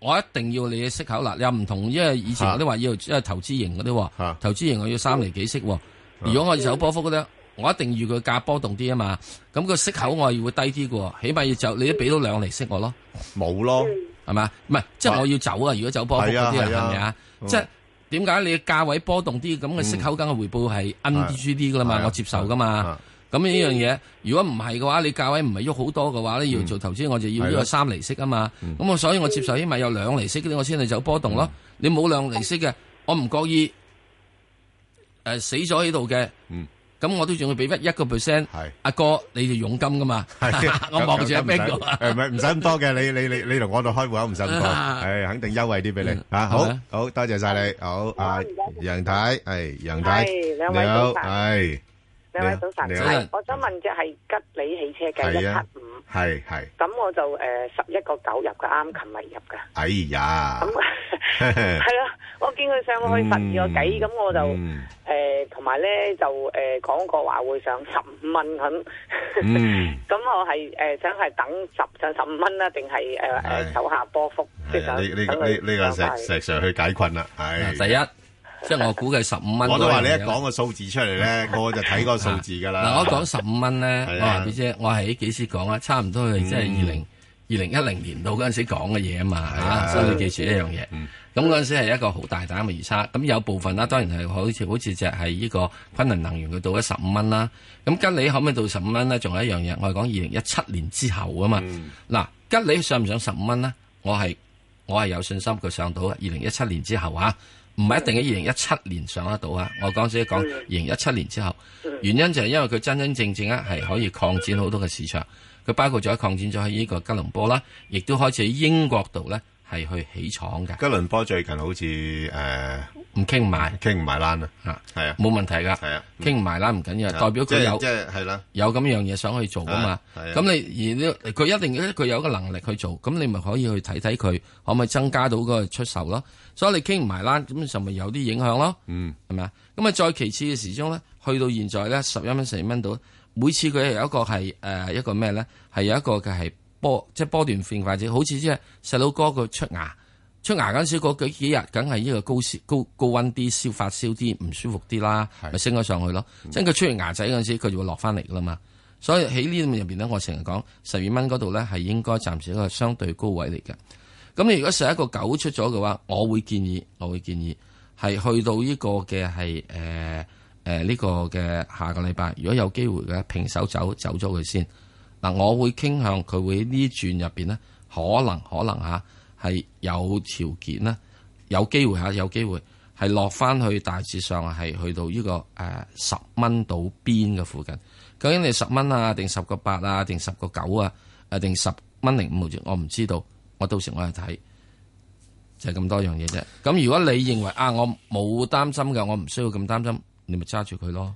S2: 我一定要你嘅息口啦，又唔同，因為以前
S1: 嚇
S2: 我都話要即係投資型嗰啲
S1: 嚇
S2: 喎，投資型我要三厘幾息喎。如果我要走波幅嗰啲，我一定預佢價波動啲啊嘛。咁個息口我係會低啲嘅喎，起碼要走，你都俾到兩厘息我咯，
S1: 冇咯，
S2: 係咪啊？唔係，即係我要走啊！如果走波幅嗰啲
S1: 係啊係
S2: 人
S1: 啊
S2: 係咪啊？
S1: 嗯
S2: 即係點解你價位波動啲，咁嘅息口梗係回報係 NDG 啲噶
S1: 嗯
S2: 啦
S1: 係
S2: 嘛？
S1: 啊
S2: 我接受噶嘛。
S1: 啊
S2: 咁呢樣嘢，如果唔係嘅話，你價位唔係喐好多嘅話咧，要做投資，我就要
S1: 嗯
S2: 呢
S1: 係
S2: 個
S1: 咯嗯
S2: 三厘息啊嘛。咁我所以我接受起碼有兩厘息嗰啲，我先去走波動咯。你冇兩厘息嘅，我唔覺意誒死咗喺度嘅
S1: 嗯，
S2: 咁我都仲要俾一個 percent。
S1: 係
S2: 阿哥，你哋佣金噶嘛？ (laughs) 我望住阿
S1: 咁
S2: b a
S1: 咁誒唔係唔使咁多嘅，你你你你同我度開會口唔使咁多，
S2: 啊
S1: 係肯定優惠啲俾你
S2: 嗯
S1: 嚇。
S2: 係咪
S1: 好
S2: 啊
S1: 好多謝晒你，好啊楊太係楊太，
S4: 係
S1: 你
S4: 兩位
S1: 好
S4: 早晨
S1: 係
S4: 兩位早晨，
S1: 你
S2: 好
S4: 係我想問嘅係吉利汽車嘅一
S1: 係啊
S4: 七五，
S1: 係係，
S4: 咁我就誒十一個九入嘅，啱琴日入嘅，
S1: (laughs) 哎呀
S4: 咁係啊，我見佢上過去十二個幾，咁我就
S1: 嗯
S4: 誒呃同埋咧就誒講過話會上十五蚊咁，
S1: 嗯
S4: (laughs) 咁我係誒想係等十上十五蚊啦，定係誒
S1: 係
S4: 誒手下波幅，即係
S1: 係啊
S4: 想
S1: 呢呢個呢呢個石石 Sir 去解困啦，係
S2: 哥。第一，即係我估計十五蚊。
S1: 我都話你一講個數字出嚟咧，我就睇個數字噶啦。
S2: (laughs) 嗱，我講十五蚊咧，
S1: 係
S2: 我
S1: 啊嗯
S2: 話俾你知，我喺幾時講啊？差唔多係即係二零二零一零年度嗰陣時講嘅嘢啊嘛，
S1: 係啊嗯
S2: 嚇，所以你記住一樣嘢。咁嗰陣時係一個好大膽嘅預測，咁有部分啦，當然係好似好似就係呢個昆侖能源佢到咗十五蚊啦。咁吉利可唔可以到十五蚊咧？仲有一樣嘢，我係講二零一七年之後啊嘛。
S1: 嗯
S2: 嗱，吉利上唔上十五蚊咧？我係我係有信心佢上到二零一七年之後啊，唔係一定喺二零一七年上得到啊。我講只講二零一七年之後，原因就係因啊為佢真真正正咧係可以擴展好多嘅市場，佢包括咗擴展咗喺呢個吉隆坡啦，亦都開始喺英國度咧係去起廠嘅。
S1: 吉倫波最近好似誒呃
S2: 唔傾埋
S1: 傾唔埋欄啊，
S2: 啊，
S1: 係啊，
S2: 冇問題噶
S1: 係啊，
S2: 傾唔埋啦唔緊要，
S1: 啊
S2: 代表
S1: 即
S2: 佢
S1: 係
S2: 有
S1: 即係係啦，
S2: 有咁樣嘢想去做噶嘛。
S1: 係啊
S2: 咁你而呢佢一定佢有一個能力去做，咁你咪可以去睇睇佢可唔可以增加到嗰個出售咯。所以你傾唔埋啦，咁就咪有啲影響咯，
S1: 嗯
S2: 係咪啊？咁啊，再其次嘅時鐘咧，去到現在咧，十一蚊、十二蚊到，每次佢係有一個係誒、呃一個咩咧，係有一個嘅係波，即係波段變化者，好似即係細佬哥佢出牙。出牙嗰陣時嗰幾幾日，梗係呢個高燒高高温啲、燒發燒啲、唔舒服啲啦，
S1: 係
S2: 咪升咗上去咯。即係佢出完牙仔嗰陣時，佢就會落翻嚟噶啦嘛。所以喺呢入邊咧，我成日講十二蚊嗰度咧係應該暫時一個相對高位嚟嘅。咁你如果十一個九出咗嘅話，我會建議，我會建議係去到呢個嘅係誒誒呢個嘅下個禮拜，如果有機會嘅平手走走咗佢先。嗱，我會傾向佢會呢轉入邊咧，可能可能嚇係有條件啦，有機會嚇有機會係落翻去大致上係去到呢、個誒十蚊到邊嘅附近。究竟你十蚊啊，定十個八啊，定十個九啊，誒定十蚊零五毫子，我唔知道。我到時我去睇，就係、咁多樣嘢啫。咁如果你認為啊，我冇擔心嘅，我唔需要咁擔心，你咪揸住佢咯。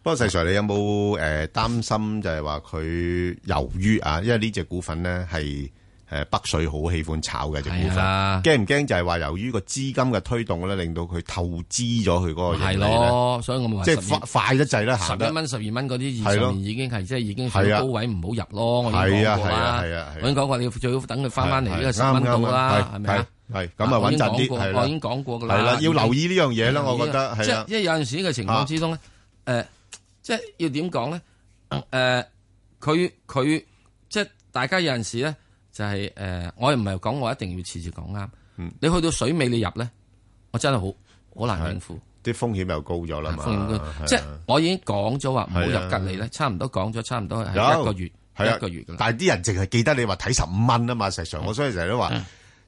S1: 不過石 Sir，你有冇誒擔心就係話佢由於啊，因為呢只股份咧係誒北水好喜歡炒嘅只股份，
S2: 係啊
S1: 驚唔驚就係話由於個資金嘅推動咧，令到佢透支咗佢嗰個盈
S2: 係
S1: 利咧，
S2: 咯，所以我咪話
S1: 即
S2: 十
S1: 係
S2: 二
S1: 快快得滯啦，
S2: 十
S1: 行
S2: 一
S1: 得
S2: 蚊、十二蚊嗰
S1: 係
S2: 啲二
S1: 咯
S2: 上面已經係即係已經
S1: 係
S2: 係
S1: 啊
S2: 高位唔好入咯。我已經
S1: 係啊
S2: 講過啦
S1: 係啊係啊係啊，
S2: 我已經講過你最好等佢翻翻嚟呢個十蚊度啦，係咪啊？？
S1: 係係啱啱係係咁啊
S2: 我
S1: 穩
S2: 已經
S1: 陣
S2: 講
S1: 啲，係
S2: 過我
S1: 啦
S2: 已，經講過㗎啦。
S1: 係啦，要留
S2: 意。
S1: 意呢樣嘢啦，我覺得係
S2: 即
S1: 啦啊
S2: 係，因為有陣時嘅情況之中咧，誒，即係要點講咧？誒，佢佢即係大家有陣時咧，就係誒，我又唔係講我一定要次次講啱
S1: 嗯。
S2: 你去到水尾你入咧，我真係好好難應付。
S1: 啲風險又高咗啦嘛
S2: 風險高，
S1: 係啊
S2: 即係我已經講咗話唔好入
S1: 係啊
S2: 隔離咧，差唔多講咗，差唔多係
S1: 有
S2: 一個月一個月㗎啦。
S1: 但係啊啲人淨係記得你話睇十五蚊啊嘛，石 Sir，我所以成日都話，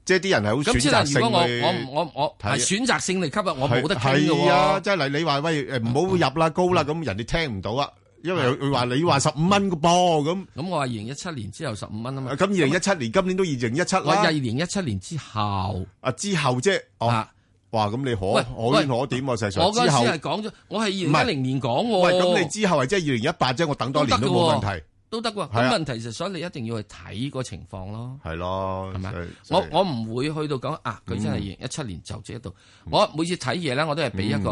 S1: 即係啲人係好
S2: 咁
S1: 選
S2: 即係
S1: 擇
S2: 如
S1: 性
S2: 果我
S1: 去
S2: 我我我
S1: 睇
S2: 係選擇性嚟吸引，我冇得傾㗎
S1: 係啊，
S2: 喎。
S1: 即係你你話喂誒唔好入啦高啦，咁人哋聽唔到啊，因為佢話你話十五蚊個噃
S2: 咁我話二零一七年之後十五蚊啊嘛
S1: 咁，，咁二零一七年今年都二零一七
S2: 我二
S1: 啦，
S2: 零一七年之後
S1: 啊之後即係哦，
S2: 啊。
S1: 哇咁你
S2: 喂
S1: 可可圈可點喎，石 Sir，
S2: 我嗰
S1: 之後
S2: 陣時係講咗，我係
S1: 唔係
S2: 二零一零年講
S1: 喂咁
S2: 喎
S1: 你，之後係即係二零一八啫，我等多年都冇問題，
S2: 都得喎。
S1: 係啊
S2: 咁問題就所以你一定要去睇個情況咯，
S1: 係咯，
S2: 係咪
S1: 所以？
S2: 我我唔會去到講啊，佢真係二
S1: 嗯
S2: 零一七年就這一度。我每次睇嘢咧，我都係俾一個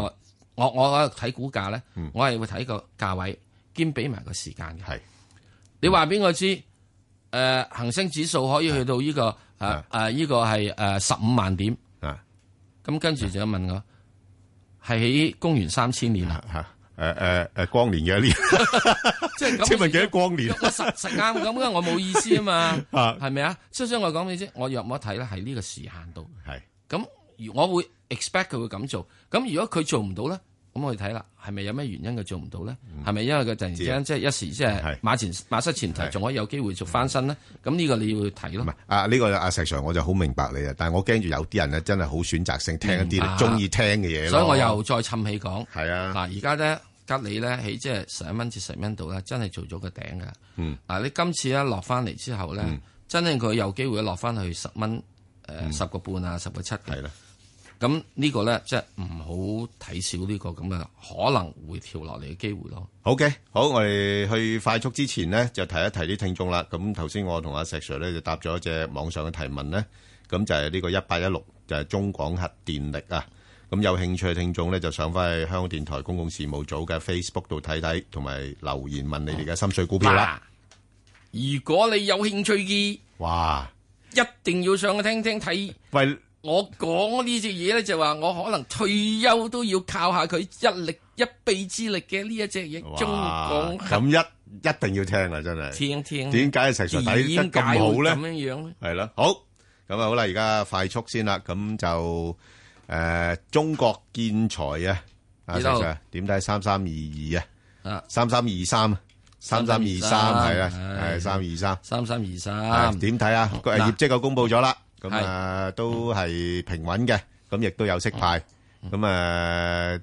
S2: 我我睇股價咧
S1: 嗯，
S2: 我係會睇個價位兼俾埋個時間嘅。
S1: 係
S2: 你話俾我知，誒恒生指數可以去到呢個誒誒呢個係誒十五萬點，
S1: 啊
S2: 咁跟住就問我係喺公元三千
S1: (laughs)
S2: 年啊，
S1: 嚇誒誒誒光年嘅呢，
S2: 即
S1: (laughs)
S2: 係咁
S1: 請問幾多光年
S2: 我實實啱咁嘅，我冇意思
S1: (laughs)
S2: 啊嘛，
S1: 啊？
S2: 係咪啊？所以所以我講俾你知，我入我睇咧係呢個時限度，
S1: 係
S2: 咁如我會 expect 佢會咁做。咁如果佢做唔到咧，咁我哋睇啦，係咪有咩原因佢做唔到咧？係咪因為佢突然之間即係一時即係
S1: 嗯啊係
S2: 馬前馬失前蹄，
S1: 係
S2: 仲可以有機會做翻身咧？咁呢個你要去睇
S1: 唔
S2: 咯
S1: 係。啊？呢個阿石 Sir 我就好明白你啊，但係我驚住有啲人咧真係好選擇性聽一
S2: 明白
S1: 啲中意聽嘅嘢咯
S2: 所以我又再氹起講，
S1: 係啊
S2: 嗱而家咧吉利咧喺即係十一蚊至十蚊度咧，真係做咗個頂㗎。
S1: 嗯，
S2: 嗱你今次咧落翻嚟之後咧，真係佢有機會落翻去十蚊誒十個半啊，十個七嘅
S1: 嗯係。啦，
S2: 咁呢個咧即係唔好睇少呢個咁嘅可能會跳落嚟嘅機會咯。
S1: 好嘅，好，我哋去快速之前呢，就提一提啲聽眾啦。咁頭先我同阿石 Sir 咧就答咗一隻網上嘅提問呢，咁就係呢個一八一六，就係中廣核電力啊。咁有興趣嘅聽眾呢，就上翻去香港電台公共事務組嘅 Facebook 度睇睇，同埋留言問你哋嘅心水股票啦。
S2: 嗱，如果你有興趣嘅，一
S1: 哇，
S2: 定要上去聽聽睇。
S1: 喂，
S2: 我講呢隻嘢咧，就話我可能退休都要靠下佢一力一臂之力嘅呢一隻嘢，中
S1: 哇
S2: 港，
S1: 咁一一定要聽啊啦，真係。
S2: 聽聽
S1: 點解石 Sir 睇得咁好
S2: 點解會咁
S1: 呢？
S2: 樣樣咧，
S1: 係啦，好咁啊，好啦，而家快速先啦，咁就诶、呃中國建材啊，啊，
S2: 幾
S1: 石
S2: 多號
S1: Sir 點睇三三二二啊，
S2: 啊，
S1: 三三二三，三三二三係啦，
S2: 唉
S1: 係三二三
S2: 三三二
S1: 係，
S2: 三，
S1: 點睇啊？個
S2: 嗱
S1: 業績就公布咗啦，咁啊都係平穩嘅，咁亦都有息派，咁啊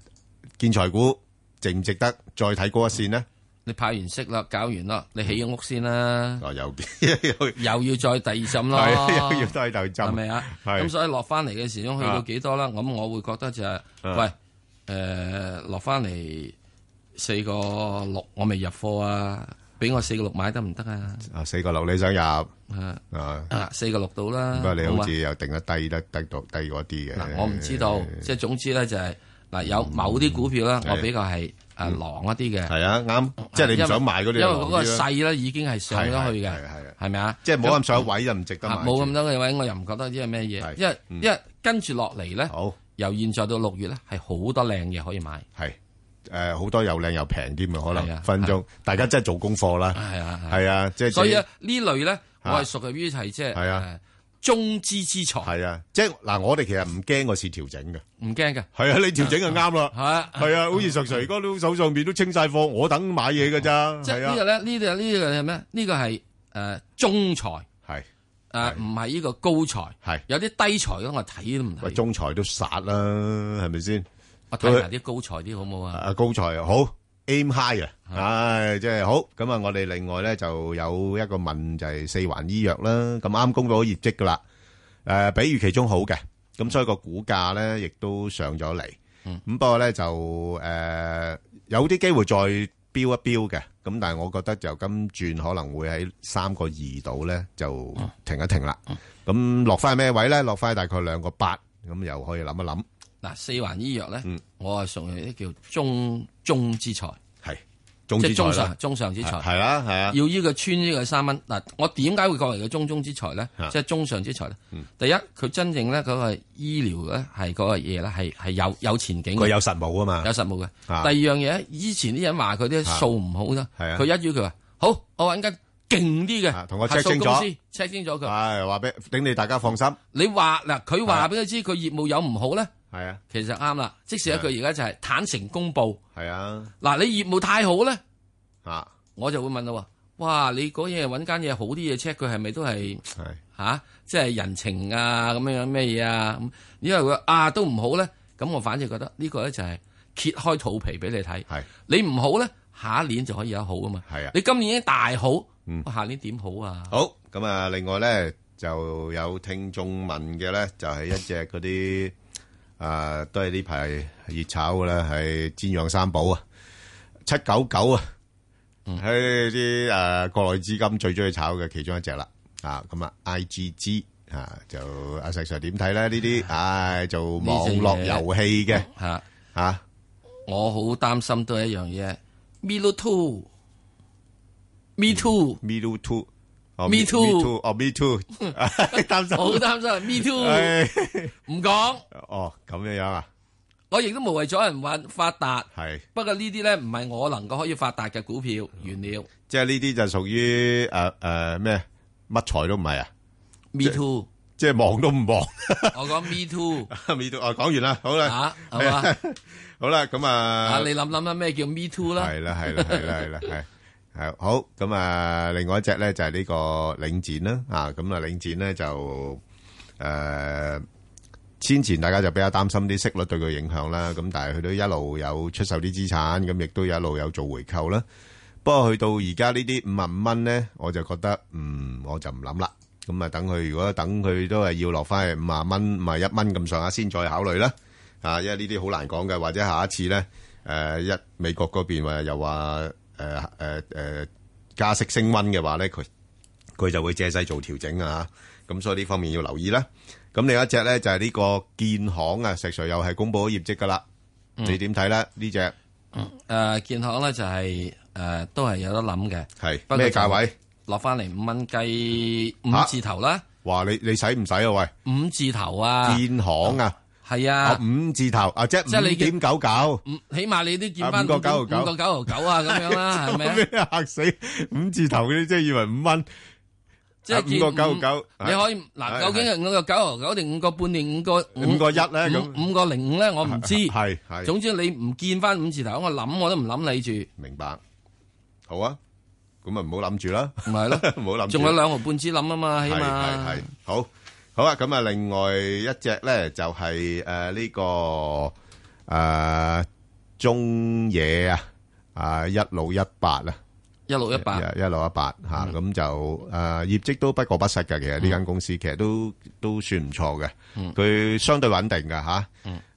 S1: 建材股值唔值得再睇高一線呢？
S2: 你派完息啦，搞完啦，你起咗屋先啦，
S1: 哦，有啲
S2: 又要再第二浸咯，
S1: 係 (laughs) 啊又要低頭浸，
S2: 係咪啊？
S1: 係啊
S2: 咁所以落翻嚟嘅時鐘去到幾多啦？咁我會覺得就係、喂，誒、落翻嚟四個六，我咪入貨啊！俾我四個六買得唔得啊？
S1: 啊，四個六你想入啊？
S2: 啊啊，四個六到啦。
S1: 不過你
S2: 好嘛啊
S1: 好似又定得低得低到低嗰啲嘅。
S2: 嗱，我唔知道，即係總之咧就係、嗱，有某啲股票咧，我
S1: 嗯係嗯
S2: 比較係誒狼一啲嘅。
S1: 係啊，啱，即係你唔想買嗰啲
S2: 因為
S1: 就
S2: 因為
S1: 留
S2: 嗰個
S1: 啲啦
S2: 勢咧已經係上咗去嘅，
S1: 係係係係
S2: 係咪啊？
S1: 即係冇咁上位就唔值得買
S2: 啊
S1: 住。
S2: 冇咁多嘅位，我又唔覺得呢係咩嘢，
S1: 係
S2: 因為
S1: 嗯
S2: 因為跟住落嚟咧，
S1: 好
S2: 由現在到六月咧係好多靚嘢可以買，
S1: 係誒，好多又靚又平添啊，可
S2: 係啊
S1: 能分鐘大家真係做功課啦。
S2: 係啊係啊
S1: 係啊，即係
S2: 所以呢類咧，我
S1: 啊
S2: 係屬於係即係
S1: 係啊
S2: 誒中資之財，
S1: 係啊，即係嗱，我哋其實唔驚個市調整嘅。
S2: 唔驚嘅，
S1: 係啊，你調整就啱啦。
S2: 係啊
S1: 係啊，好似石 Sir 哥都手上邊都清晒貨，我等買嘢㗎咋。
S2: 即係
S1: 係
S2: 呢個
S1: 啊，
S2: 咧，呢個呢個係咩？呢個係誒中財。
S1: 係
S2: 誒
S1: 係
S2: 唔係呢個高財，
S1: 係
S2: 有啲低財咁我睇都唔
S1: 喂，
S2: 睇，
S1: 中財都殺啦，係咪先？
S2: 我睇埋啲高財啲好唔好啊？
S1: 啊，高才好，aim high 啊，唉，即係好。咁啊，我哋另外咧就有一個問就係四環醫藥啦，咁啱公布咗業績噶啦，誒，比預期中好嘅，咁所以個股價咧亦都上咗嚟。咁不過咧就誒有啲機會再飆一飆嘅，咁但係我覺得就今轉可能會喺三個二度咧就停一停啦。咁落翻咩位咧？落翻大概兩個八，咁又可以諗一諗，
S2: 嗱，四環醫藥咧
S1: 嗯，
S2: 我係屬於啲叫中中之財，
S1: 係中
S2: 即
S1: 之
S2: 係中
S1: 財啦
S2: 上，中上之財。
S1: 係啦，係啊。
S2: 要呢個穿呢個三蚊嗱，我點解會過嚟嘅中中之財咧
S1: 啊？嗯
S2: 即係中上之財咧。第一，佢真正咧嗰個醫療咧係嗰個嘢咧係係有有前景嘅，
S1: 佢有實務啊嘛，
S2: 有實務嘅。
S1: 啊
S2: 第二樣嘢，以前啲人話佢啲數唔好啦，
S1: 係啊
S2: 佢一於佢話好，我揾間勁啲
S1: 啊
S2: 嘅
S1: 同我
S2: 核數
S1: check 清楚啊
S2: 公司 check 清楚佢。
S1: 係話俾頂你大家放心，
S2: 你話嗱，佢
S1: 係
S2: 話俾佢知佢業務有唔好咧，
S1: 係啊，
S2: 其實啱啦。即使佢而家就係坦誠公佈，
S1: 係啊，
S2: 嗱，你業務太好咧，
S1: 啊，
S2: 我就會問啦，哇，你嗰嘢揾間嘢好啲嘢 check 佢係咪都係
S1: 係
S2: 吓、即係人情啊咁樣樣咩嘢啊？咁因為佢啊都唔好咧，咁我反而覺得呢個咧就係揭開肚皮俾你睇，
S1: 係
S2: 你唔好咧，下一年就可以有好啊嘛。
S1: 係啊
S2: 你今年已經大好，
S1: 嗯
S2: 哇下年點好啊？
S1: 好咁啊！另外咧就有聽眾問嘅咧，就係一隻嗰啲啊，都係呢排熱炒嘅啦，係煎釀三寶啊，七九九啊，喺啲誒國內資金最中意炒嘅其中一隻啦，啊咁啊 IGG 啊，就阿石 Sir 點睇咧？呢啲唉做網絡遊戲嘅
S2: 吓、
S1: 嚇
S2: 我好擔心都係一樣嘢，me too，me too，
S1: ，Me Too，哦
S2: Oh, Me Too
S1: (laughs) 哦 Me
S2: (laughs)
S1: Too，擔心
S2: 我好擔心
S1: (laughs)
S2: ，me too，
S1: 唉
S2: 唔講，
S1: 哦，咁樣樣啊，
S2: 我亦都無謂阻人揾發達。
S1: 係，
S2: 不過呢啲咧唔係我能夠可以發達嘅股票，原料
S1: 即係呢啲就屬於誒誒咩乜財都唔係啊，
S2: me too，
S1: 即係望都唔 (laughs) 望，
S2: 我講 me too
S1: 未到啊，講完啦，好啦
S2: 啊，，係嘛？
S1: (laughs) 好啦，咁
S2: 啊，
S1: 啊，
S2: 你諗諗啦，咩叫 me too 啦？
S1: 係啦係啦係啦係啦係。係好咁啊！另外一隻咧就係呢個領展啦，啊咁啊領展咧就誒、先前大家就比較擔心啲息率對佢影響啦，咁但係佢都一路有出售啲資產，咁亦都一路有做回購啦。不過去到而家呢啲五萬五蚊咧，我就覺得嗯我就唔諗啦。咁啊，等佢如果等佢都係要落翻去五萬蚊、五萬一蚊咁上下先再考慮啦。啊，因為呢啲好難講嘅，或者下一次咧誒、一美國嗰邊話又話誒誒誒加息升温嘅話咧，佢佢就會借勢做調整啊。咁所以呢方面要留意啦。咁另一隻咧就係呢個建行啊，石 Sir 又係公布咗業績噶啦，你點睇咧？呢只
S2: 誒，建行咧就係誒都係有得諗嘅，不
S1: 係
S2: 過
S1: 咩
S2: 就
S1: 價位？
S2: 落翻嚟五蚊雞五
S1: 嚇
S2: 字頭啦，
S1: 哇！你你使唔使啊？喂，
S2: 五字頭啊，
S1: 建行啊，
S2: 係
S1: 啊
S2: 啊。
S1: 五字頭啊，即
S2: 即
S1: 係
S2: 係
S1: 五
S2: 你嘅
S1: 點九九。
S2: 五起碼你都見
S1: 啊
S2: 翻
S1: 五個九毫九
S2: 五個九毫九啊咁
S1: (laughs)
S2: 樣啦，係咪啊？
S1: 咩嚇死？五字頭嗰啲即係以為五蚊，
S2: 即係見
S1: 五個九毫九
S2: 你可以
S1: 係
S2: 嗱，究竟係五個九毫九定五個半定五個
S1: 五個一咧咁
S2: 五五個零五咧，我唔知。
S1: (laughs) 係係
S2: 總之你唔見翻五字頭，我諗我都唔諗你住，
S1: 明白。好啊，咁啊唔好諗住啦， (laughs)
S2: 咪係咯。
S1: 唔好諗住。
S2: 仲有兩毫半子諗啊嘛，起
S1: 係係
S2: 碼
S1: 係，好好啊！咁啊，另外一隻咧就呃係誒呢個誒中野啊啊一六一八啊。
S2: 一六一八，
S1: 一一六一八吓，咁就诶業績都不過不失嘅。其實呢間公司其實都都算唔錯嘅，佢相對穩定㗎吓。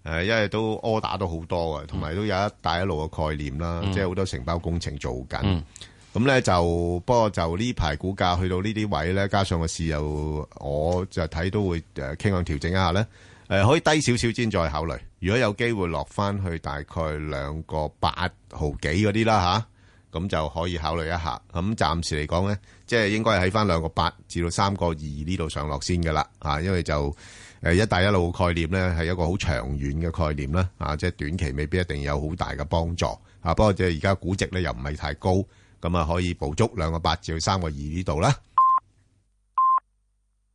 S1: 誒，因為都 order 都好多嘅，同埋都有一帶一路嘅概念啦，即係好多承包工程做緊。咁咧就不過就呢排股價去到呢啲位咧，加上個市又我就睇都會誒傾向調整一下咧。誒可以低少少先再考慮。如果有機會落翻去大概兩個八毫幾嗰啲啦吓。咁就可以考慮一下。咁暫時嚟講咧，即係應該係喺翻兩個八至到三個二呢度上落先嘅啦。啊，因為就誒一帶一路概念咧係一個好長遠嘅概念啦。啊，即係短期未必一定有好大嘅幫助。啊，不過即係而家估值咧又唔係太高，咁啊可以捕捉兩個八至到三個二呢度啦。